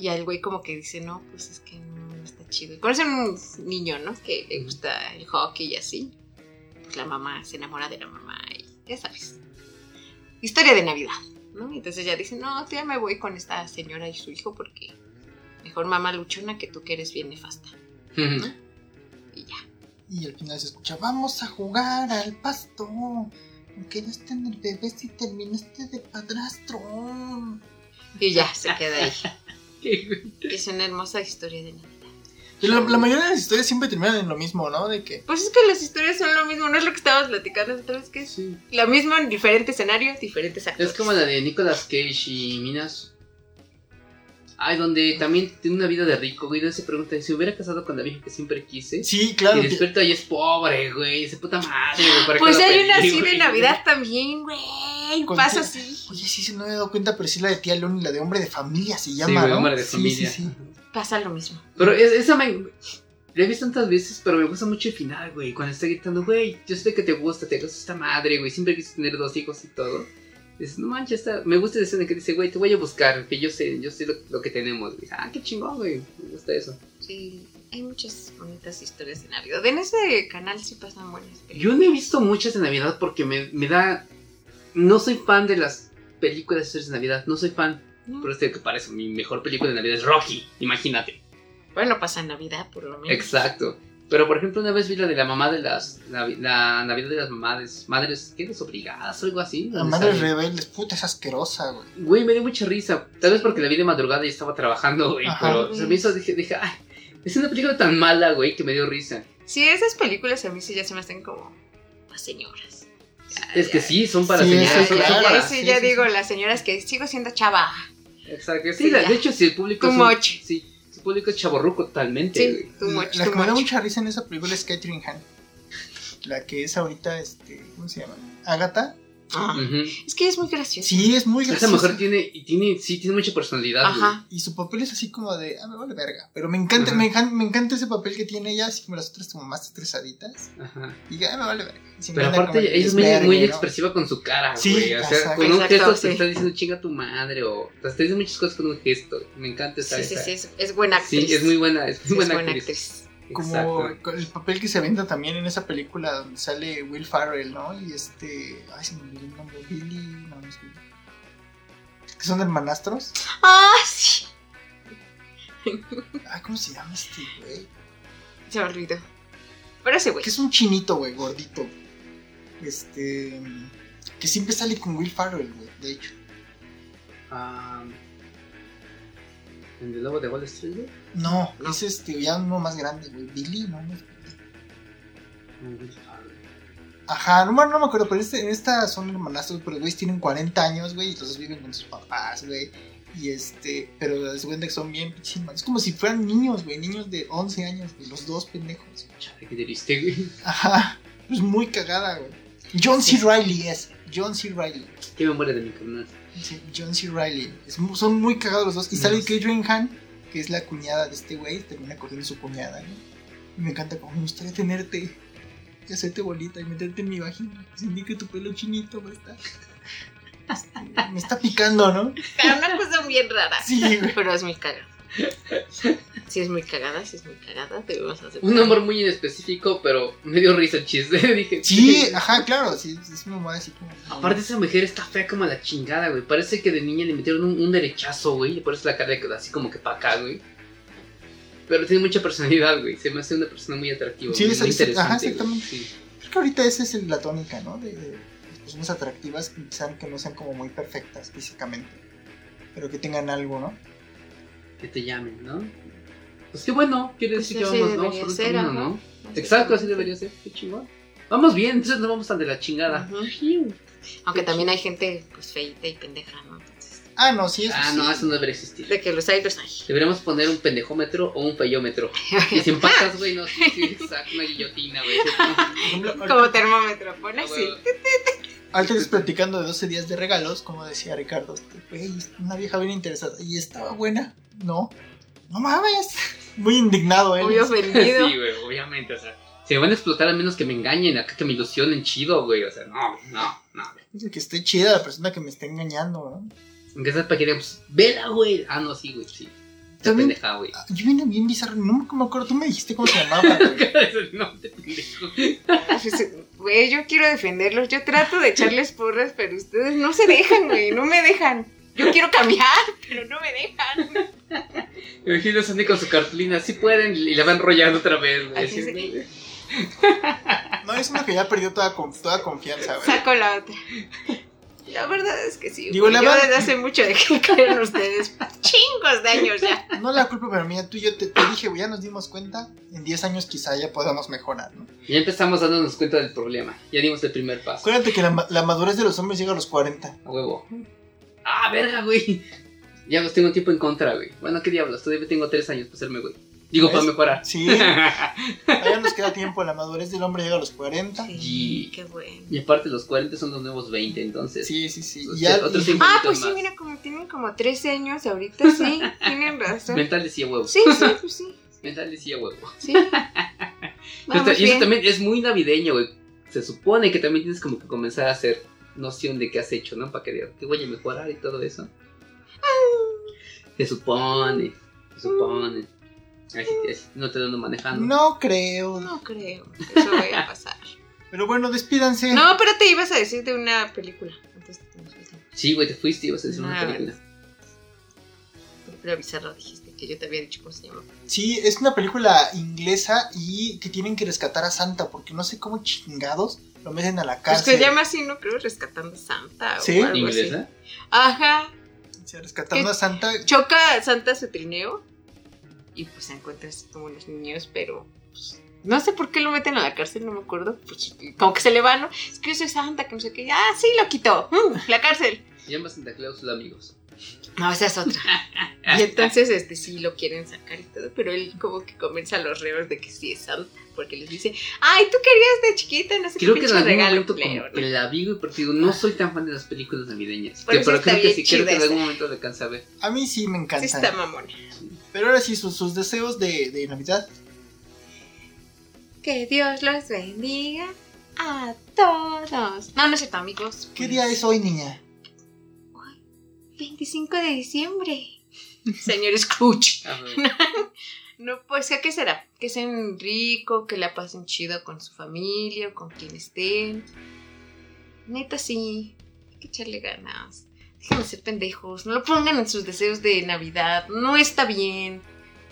Speaker 2: Y al güey como que dice, no, pues es que no, no está chido. Y conoce un niño, ¿no? Que le gusta el hockey y así. Pues la mamá se enamora de la mamá y ya sabes. Historia de Navidad, ¿no? Entonces ya dice, no, yo ya me voy con esta señora y su hijo porque mejor mamá luchona que tú que eres bien nefasta. Y ya.
Speaker 1: Y al final se escucha, vamos a jugar al pasto. Quedaste en el bebé si terminaste de padrastro.
Speaker 2: Y ya, se queda ahí.
Speaker 3: <laughs> Qué güey.
Speaker 2: Es una hermosa historia de Navidad.
Speaker 1: Y la, la mayoría de las historias siempre terminan en lo mismo, ¿no? De que
Speaker 2: Pues es que las historias son lo mismo, no es lo que estabas platicando la otra vez, que es
Speaker 3: Sí.
Speaker 2: lo mismo en diferentes escenarios, diferentes actores.
Speaker 3: Es como la de Nicolas Cage y Minas. Ay, donde también tiene una vida de rico, güey. Entonces se pregunta, si hubiera casado con la vieja que siempre quise?
Speaker 1: sí, claro.
Speaker 3: y
Speaker 1: que-
Speaker 3: despierta y es pobre, güey. Ese puta madre, güey. ¿para qué
Speaker 2: Pues
Speaker 3: lo
Speaker 2: hay
Speaker 3: pedí,
Speaker 2: una así de
Speaker 3: güey?
Speaker 2: Navidad también, güey.
Speaker 1: Con qué-
Speaker 2: Pasa así.
Speaker 1: Oye, sí, sí, no me he dado cuenta, pero sí la de tía León y la de hombre de familia se
Speaker 3: Sí,
Speaker 1: llama,
Speaker 3: güey,
Speaker 1: ¿no?
Speaker 3: hombre de
Speaker 1: Sí,
Speaker 3: familia.
Speaker 1: sí, sí.
Speaker 2: Pasa lo mismo.
Speaker 3: Pero es- esa me... La he visto tantas veces, pero me gusta mucho el final, güey. Cuando está gritando, güey, yo sé que te gusta, te gusta esta madre, güey. Siempre quise tener dos hijos y todo. Dices, no manches, está... me gusta esa escena que dice, güey, te voy a buscar, que yo sé, yo sé lo, lo que tenemos, güey. Ah, qué chingón, güey. Me gusta eso.
Speaker 2: Sí, hay muchas bonitas historias de Navidad. En ese canal sí pasan buenas. películas.
Speaker 3: Yo no he visto muchas de Navidad porque me, me da... No soy fan de las películas de historias de Navidad, no soy fan.
Speaker 2: ¿no?
Speaker 3: Pero este que parece mi mejor película de Navidad es Rocky, imagínate.
Speaker 2: Bueno, pasa en Navidad, por lo menos.
Speaker 3: Exacto. Pero por ejemplo, una vez vi la de la mamá de las. La, la Navidad de las madres. Madres, ¿qué desobligadas? Algo así.
Speaker 1: La
Speaker 3: ¿Dónde
Speaker 1: madre
Speaker 3: sale?
Speaker 1: rebelde, puta, es asquerosa, güey.
Speaker 3: Güey, me dio mucha risa. Tal vez porque la vi de madrugada y estaba trabajando, güey.
Speaker 1: Ajá.
Speaker 3: Pero se me hizo, dije, dije, ay, es una película tan mala, güey, que me dio risa.
Speaker 2: Sí, esas películas a mí sí ya se me hacen como las señoras. Ya,
Speaker 3: es que
Speaker 2: ya.
Speaker 3: sí, son para
Speaker 1: Sí,
Speaker 3: señalar.
Speaker 1: sí,
Speaker 3: son
Speaker 1: claro.
Speaker 3: para-
Speaker 2: ya,
Speaker 1: sí,
Speaker 2: sí, ya
Speaker 1: sí,
Speaker 2: digo,
Speaker 1: sí.
Speaker 2: las señoras que sigo siendo chava.
Speaker 3: Exacto. Sí,
Speaker 2: Sí,
Speaker 3: la-
Speaker 2: ya.
Speaker 3: de hecho, si el público.
Speaker 2: Too
Speaker 3: es un-
Speaker 2: much.
Speaker 3: Sí, su público es chaborruco totalmente,
Speaker 2: Sí,
Speaker 3: güey.
Speaker 2: too much,
Speaker 1: la
Speaker 2: too
Speaker 1: que me da
Speaker 2: much.
Speaker 1: mucha risa en esa película es Catherine Han. La que es ahorita, este, ¿cómo se llama? Agatha.
Speaker 2: Ah,
Speaker 3: Ujú.
Speaker 2: Es que es muy graciosa.
Speaker 1: Sí, es muy
Speaker 3: Esa
Speaker 1: graciosa.
Speaker 3: mujer tiene, y tiene, sí, tiene mucha personalidad, güey.
Speaker 2: Ajá.
Speaker 1: Y su papel es así como de, ah, me vale verga. Pero me encanta,
Speaker 3: Ajá.
Speaker 1: me encanta, me encanta ese papel que tiene ella, así como las otras como más estresaditas.
Speaker 3: Ajá.
Speaker 1: Y ya, ah, me vale verga. Y siempre
Speaker 3: Pero
Speaker 1: anda
Speaker 3: aparte,
Speaker 1: como,
Speaker 3: ella es muy,
Speaker 1: "Desvergue,
Speaker 3: muy
Speaker 1: ¿no?".
Speaker 3: expresiva con su cara,
Speaker 1: Sí,
Speaker 3: güey. O sea,
Speaker 1: exacto.
Speaker 3: con un
Speaker 2: Exacto,
Speaker 3: gesto
Speaker 2: sí.
Speaker 3: te está diciendo chinga tu madre o te está diciendo muchas cosas con un gesto. Me encanta esa.
Speaker 2: Sí, sí,
Speaker 3: esa-
Speaker 2: sí, es, es buena
Speaker 3: Sí,
Speaker 2: actriz.
Speaker 3: es muy buena, es muy
Speaker 2: Sí,
Speaker 3: buena, actriz.
Speaker 1: Como
Speaker 3: Exacto.
Speaker 1: el papel que se avienta también en esa película donde sale Will Farrell, ¿no? Y este. Ay, se me olvidó el nombre. Billy. No, no es Billy. Que son hermanastros.
Speaker 2: Ah, sí.
Speaker 1: Ay, ¿cómo se llama este, güey?
Speaker 2: Se me olvidó. Pero ese güey.
Speaker 1: Que es un chinito, güey, gordito. Este. Que siempre sale con Will Farrell, güey, de hecho.
Speaker 3: Ah, ¿En el lobo de Wall Street? güey?
Speaker 1: No, es este, ya uno más grande, güey. Billy, no, no es Billy. Ajá, no, bueno, no me acuerdo, pero este- en esta son hermanastros, pero güey tienen 40 años, güey, y entonces viven con sus papás, güey. Y este, pero las cuenta que son bien pinches hermanos. Es como si fueran niños, güey, niños de 11 años, güey, los dos pendejos.
Speaker 3: Chale, qué triste, güey. <laughs>
Speaker 1: Ajá, pues muy cagada, güey. John C. Riley es, John C. Riley.
Speaker 3: Qué memoria de mi carnal.
Speaker 1: Sí, John C. Riley. Es mu- son muy cagados los dos. Y sale Catherine Han, que es la cuñada de este güey, termina cogiendo su cuñada, ¿no? Y me encanta como me gustaría tenerte, y hacerte bolita y meterte en mi vagina. Sentí que tu pelo chinito va a
Speaker 3: <laughs>
Speaker 1: estar. Este, Me está picando, ¿no?
Speaker 2: Pero una cosa bien rara.
Speaker 1: Sí, güey.
Speaker 2: Pero es muy cagada. Sí, es muy cagada, sí, es muy cagada. Debemos hacer.
Speaker 3: Un amor muy en específico, pero me dio risa el chiste. <laughs> Dije,
Speaker 1: Sí, ajá, claro, sí, es una mamá así como.
Speaker 3: Aparte esa mujer está fea como la chingada, güey. Parece que de niña le metieron un, un derechazo, güey. Y por eso la cara le quedó así como que pa' acá, güey. Pero tiene mucha personalidad, güey. Se me hace una persona muy atractiva.
Speaker 1: Sí,
Speaker 3: muy
Speaker 1: es- es-
Speaker 3: interesante,
Speaker 1: ajá,
Speaker 3: güey.
Speaker 1: exactamente.
Speaker 3: Sí.
Speaker 1: Creo que ahorita esa es el- la tónica, ¿no? De, de las personas atractivas que sean, que no sean como muy perfectas físicamente, pero que tengan algo, ¿no?
Speaker 3: Que te llamen, ¿no? Pues qué bueno, quiere
Speaker 2: Pues
Speaker 3: decir que
Speaker 2: así
Speaker 3: vamos,
Speaker 2: debería
Speaker 3: vamos por un
Speaker 2: ser,
Speaker 3: camino,
Speaker 2: ajá.
Speaker 3: ¿no? Exacto, así debería ser. Qué chingón. Vamos bien, entonces no vamos tan de la chingada.
Speaker 2: Ujú. Aunque también hay gente pues feita y pendeja, ¿no? Entonces,
Speaker 1: Ah, no, sí, eso
Speaker 3: Ah,
Speaker 1: sí.
Speaker 3: no, eso no debería existir.
Speaker 2: de que los hay, los hay.
Speaker 3: <laughs> Deberíamos poner un pendejómetro o un payómetro. Y si empatas, güey, no, sí, sí, exacto, una guillotina, güey.
Speaker 1: Por <laughs> ejemplo,
Speaker 2: Como termómetro, pone
Speaker 3: Ah,
Speaker 2: así.
Speaker 3: güey.
Speaker 1: Antes platicando de 12 días de regalos, como decía Ricardo, este, güey, una vieja bien interesada. ¿Y estaba buena? No. No mames. <laughs> Muy indignado él.
Speaker 2: Muy ofendido.
Speaker 3: <laughs> Sí, güey, obviamente, o sea. Se me van a explotar a menos que me engañen, acá que me ilusionen chido, güey. O sea, no, no, no.
Speaker 1: Dice que esté chida la persona que me está engañando, ¿no?
Speaker 3: Aunque esas paquería, pues, vela, güey. Ah, no, sí, güey, sí. Esa
Speaker 1: También-
Speaker 3: pendeja, güey. <laughs>
Speaker 1: Ah, Yo vine bien bizarro, no me acuerdo, tú me dijiste cómo se llamaba. güey.
Speaker 3: no, te pendejo.
Speaker 2: Pues, Güey, yo quiero defenderlos. Yo trato de echarles porras, pero ustedes no se dejan, güey. No me dejan. Yo quiero cambiar, pero no me dejan.
Speaker 3: Me imagino a Sandy con su cartulina, sí pueden, y la van enrollando otra vez, güey.
Speaker 2: Así
Speaker 3: así,
Speaker 2: se-
Speaker 3: güey.
Speaker 1: No, es una que ya perdió toda, con- toda confianza, güey.
Speaker 2: Saco la otra. La verdad es que sí.
Speaker 1: Digo,
Speaker 2: güey,
Speaker 1: la
Speaker 2: yo
Speaker 1: verdad-
Speaker 2: desde hace mucho dejé caer en ustedes. <laughs> Chingos de años ya.
Speaker 1: No la culpa, pero mira, tú y yo te, te dije, güey, ya nos dimos cuenta. En 10 años quizá ya podamos mejorar, ¿no?
Speaker 3: Ya empezamos dándonos cuenta del problema. Ya dimos el primer paso.
Speaker 1: Acuérdate que la, ma- la madurez de los hombres llega a los 40.
Speaker 3: A huevo. Ah, verga, güey. Ya los tengo tiempo en contra, güey. Bueno, qué diablos, todavía tengo tres años para hacerme, güey. Digo, para
Speaker 1: ¿Ves?
Speaker 3: mejorar.
Speaker 1: Sí, todavía nos queda tiempo. La madurez del hombre llega a los 40.
Speaker 3: Sí,
Speaker 2: Qué bueno.
Speaker 3: y aparte, los 40 son los nuevos 20, entonces.
Speaker 1: Sí, sí, sí.
Speaker 3: Usted-
Speaker 1: Y ya,
Speaker 3: otro
Speaker 1: y-
Speaker 3: tiempo
Speaker 2: Ah, pues sí,
Speaker 3: más.
Speaker 2: mira, como tienen como 13 años <laughs> ahorita, sí. Tienen razón.
Speaker 3: Mentales y a huevo.
Speaker 2: Sí, sí, pues sí.
Speaker 3: Mentales y a huevo.
Speaker 2: <laughs> Sí.
Speaker 3: Pero
Speaker 2: Vamos
Speaker 3: ta- y eso
Speaker 2: bien.
Speaker 3: también es muy navideño, güey. Se supone que también tienes como que comenzar a hacer noción de qué has hecho, ¿no? Para que digas, te voy a mejorar y todo eso. Se supone, se supone. Así, así, no te lo ando manejando.
Speaker 1: No creo.
Speaker 2: No creo que eso vaya a pasar.
Speaker 1: Pero bueno, despídanse.
Speaker 2: No, pero te ibas a decir de una película. Entonces te tenemos que decir.
Speaker 3: Sí, güey, te fuiste y ibas a decir una
Speaker 2: Ah,
Speaker 3: película.
Speaker 2: Película bizarra dijiste, que yo te había dicho cómo se llama.
Speaker 1: Sí, es una película inglesa y que tienen que rescatar a Santa porque no sé cómo chingados lo meten a la
Speaker 2: Pues
Speaker 1: cárcel.
Speaker 2: se llama así, no creo, Rescatando Santa o
Speaker 1: ¿Sí?
Speaker 2: algo así.
Speaker 3: ¿Inglesa?
Speaker 2: Ajá.
Speaker 1: Sí, Rescatando a Santa.
Speaker 2: Choca a Santa su trineo y pues se encuentra así como los niños, pero pues, no sé por qué lo meten a la cárcel, no me acuerdo. Pues, como que se le va, ¿no? Es que yo soy Santa, que no sé qué. Ah, sí, lo quitó. Mm, la cárcel.
Speaker 3: Se llama Santa Claus sus amigos.
Speaker 2: No, esa es otra. <laughs> Y entonces, este, sí lo quieren sacar y todo, pero él como que convence a los reos de que sí es santa, porque les dice, ay, tú querías de chiquita, no sé
Speaker 3: Creo
Speaker 2: qué
Speaker 3: que en
Speaker 2: pinche
Speaker 3: algún
Speaker 2: regalo,
Speaker 3: momento como
Speaker 2: pleo, ¿no?".
Speaker 3: que la vi, güey, pero te digo, no soy tan fan de las películas navideñas.
Speaker 2: Por eso
Speaker 3: pero
Speaker 2: está
Speaker 3: creo que
Speaker 2: bien
Speaker 3: sí, creo que
Speaker 2: chida
Speaker 3: en algún momento le alcancé a ver.
Speaker 1: A mí sí me
Speaker 2: Sí
Speaker 1: encanta.
Speaker 2: está mamona.
Speaker 1: Pero ahora sí, sus, sus deseos de, de Navidad.
Speaker 2: Que Dios los bendiga a todos. No, no es cierto, amigos.
Speaker 1: ¿Qué día es hoy, niña?
Speaker 2: 25 de diciembre. Señor Scrooge.
Speaker 3: Ah, güey.
Speaker 2: No, pues, ¿qué será? Que sean rico, que la pasen chido con su familia, o con quien estén. Neta, sí. Hay que echarle ganas. Déjenme ser pendejos. No lo pongan en sus deseos de Navidad. No está bien.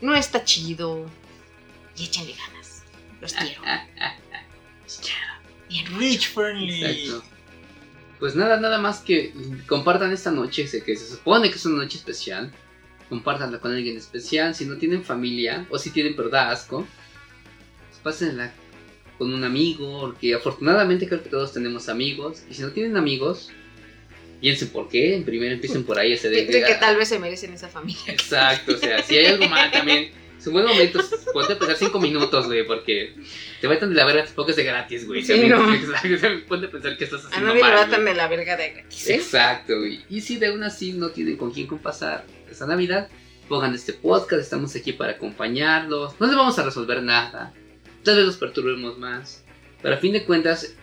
Speaker 2: No está chido. Y échenle ganas. Los quiero. Los quiero. Bien.
Speaker 1: Rich Friendly.
Speaker 3: <laughs> Exacto. Pues nada, nada más que compartan esta noche, sé que se supone que es una noche especial. Compártanla con alguien especial. Si no tienen familia, o si tienen, pero da asco, pues pásenla con un amigo, porque afortunadamente creo que todos tenemos amigos. Y si no tienen amigos, piensen por qué. Primero empiecen por ahí ese
Speaker 2: Pienso que tal vez se merecen esa familia.
Speaker 3: Exacto, o sea, si hay algo mal también. Es un buen momento, ponte a pensar cinco minutos, güey, porque te va tan de la verga, tampoco es de gratis, güey.
Speaker 2: Sí,
Speaker 3: también,
Speaker 2: no.
Speaker 3: <laughs> exacto, ponte a pensar que estás
Speaker 2: A
Speaker 3: haciendo
Speaker 2: nadie le
Speaker 3: mal,
Speaker 2: va tan
Speaker 3: güey.
Speaker 2: de la verga de gratis. ¿eh?
Speaker 3: Exacto, güey. Y si de una así no tienen con quién pasar esta Navidad, pongan este podcast, estamos aquí para acompañarlos. No les vamos a resolver nada, tal vez los perturbemos más. Pero a fin de cuentas,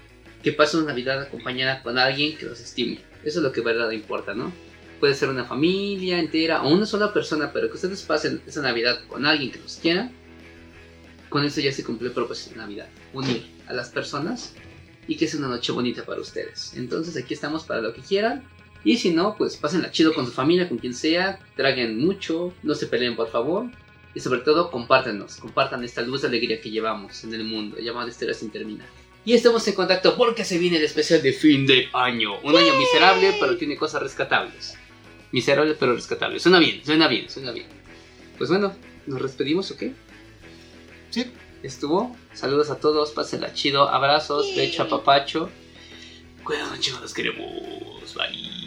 Speaker 3: que pasen una Navidad acompañada con alguien que los estime. Eso es lo que de verdad importa, ¿no? Puede ser una familia entera o una sola persona, pero que ustedes pasen esa Navidad con alguien que los quiera. Con eso ya se cumplió el propósito de Navidad. Unir a las personas y que sea una noche bonita para ustedes. Entonces aquí estamos para lo que quieran. Y si no, pues pásenla chido con su familia, con quien sea. Traguen mucho, no se peleen por favor. Y sobre todo, compártanos, compartan esta luz de alegría que llevamos en el mundo, llamada Historia sin terminar. Y estamos en contacto porque se viene el especial de fin de año. Un año miserable, pero tiene cosas rescatables. Miserable, pero rescatable. Suena bien, suena bien, suena bien. Pues bueno, ¿nos despedimos o qué?
Speaker 1: Sí.
Speaker 3: Estuvo. Saludos a todos, pásenla chido. Abrazos de
Speaker 2: Yay.
Speaker 3: chapapacho. Cuídense, chicos, los queremos. Bye.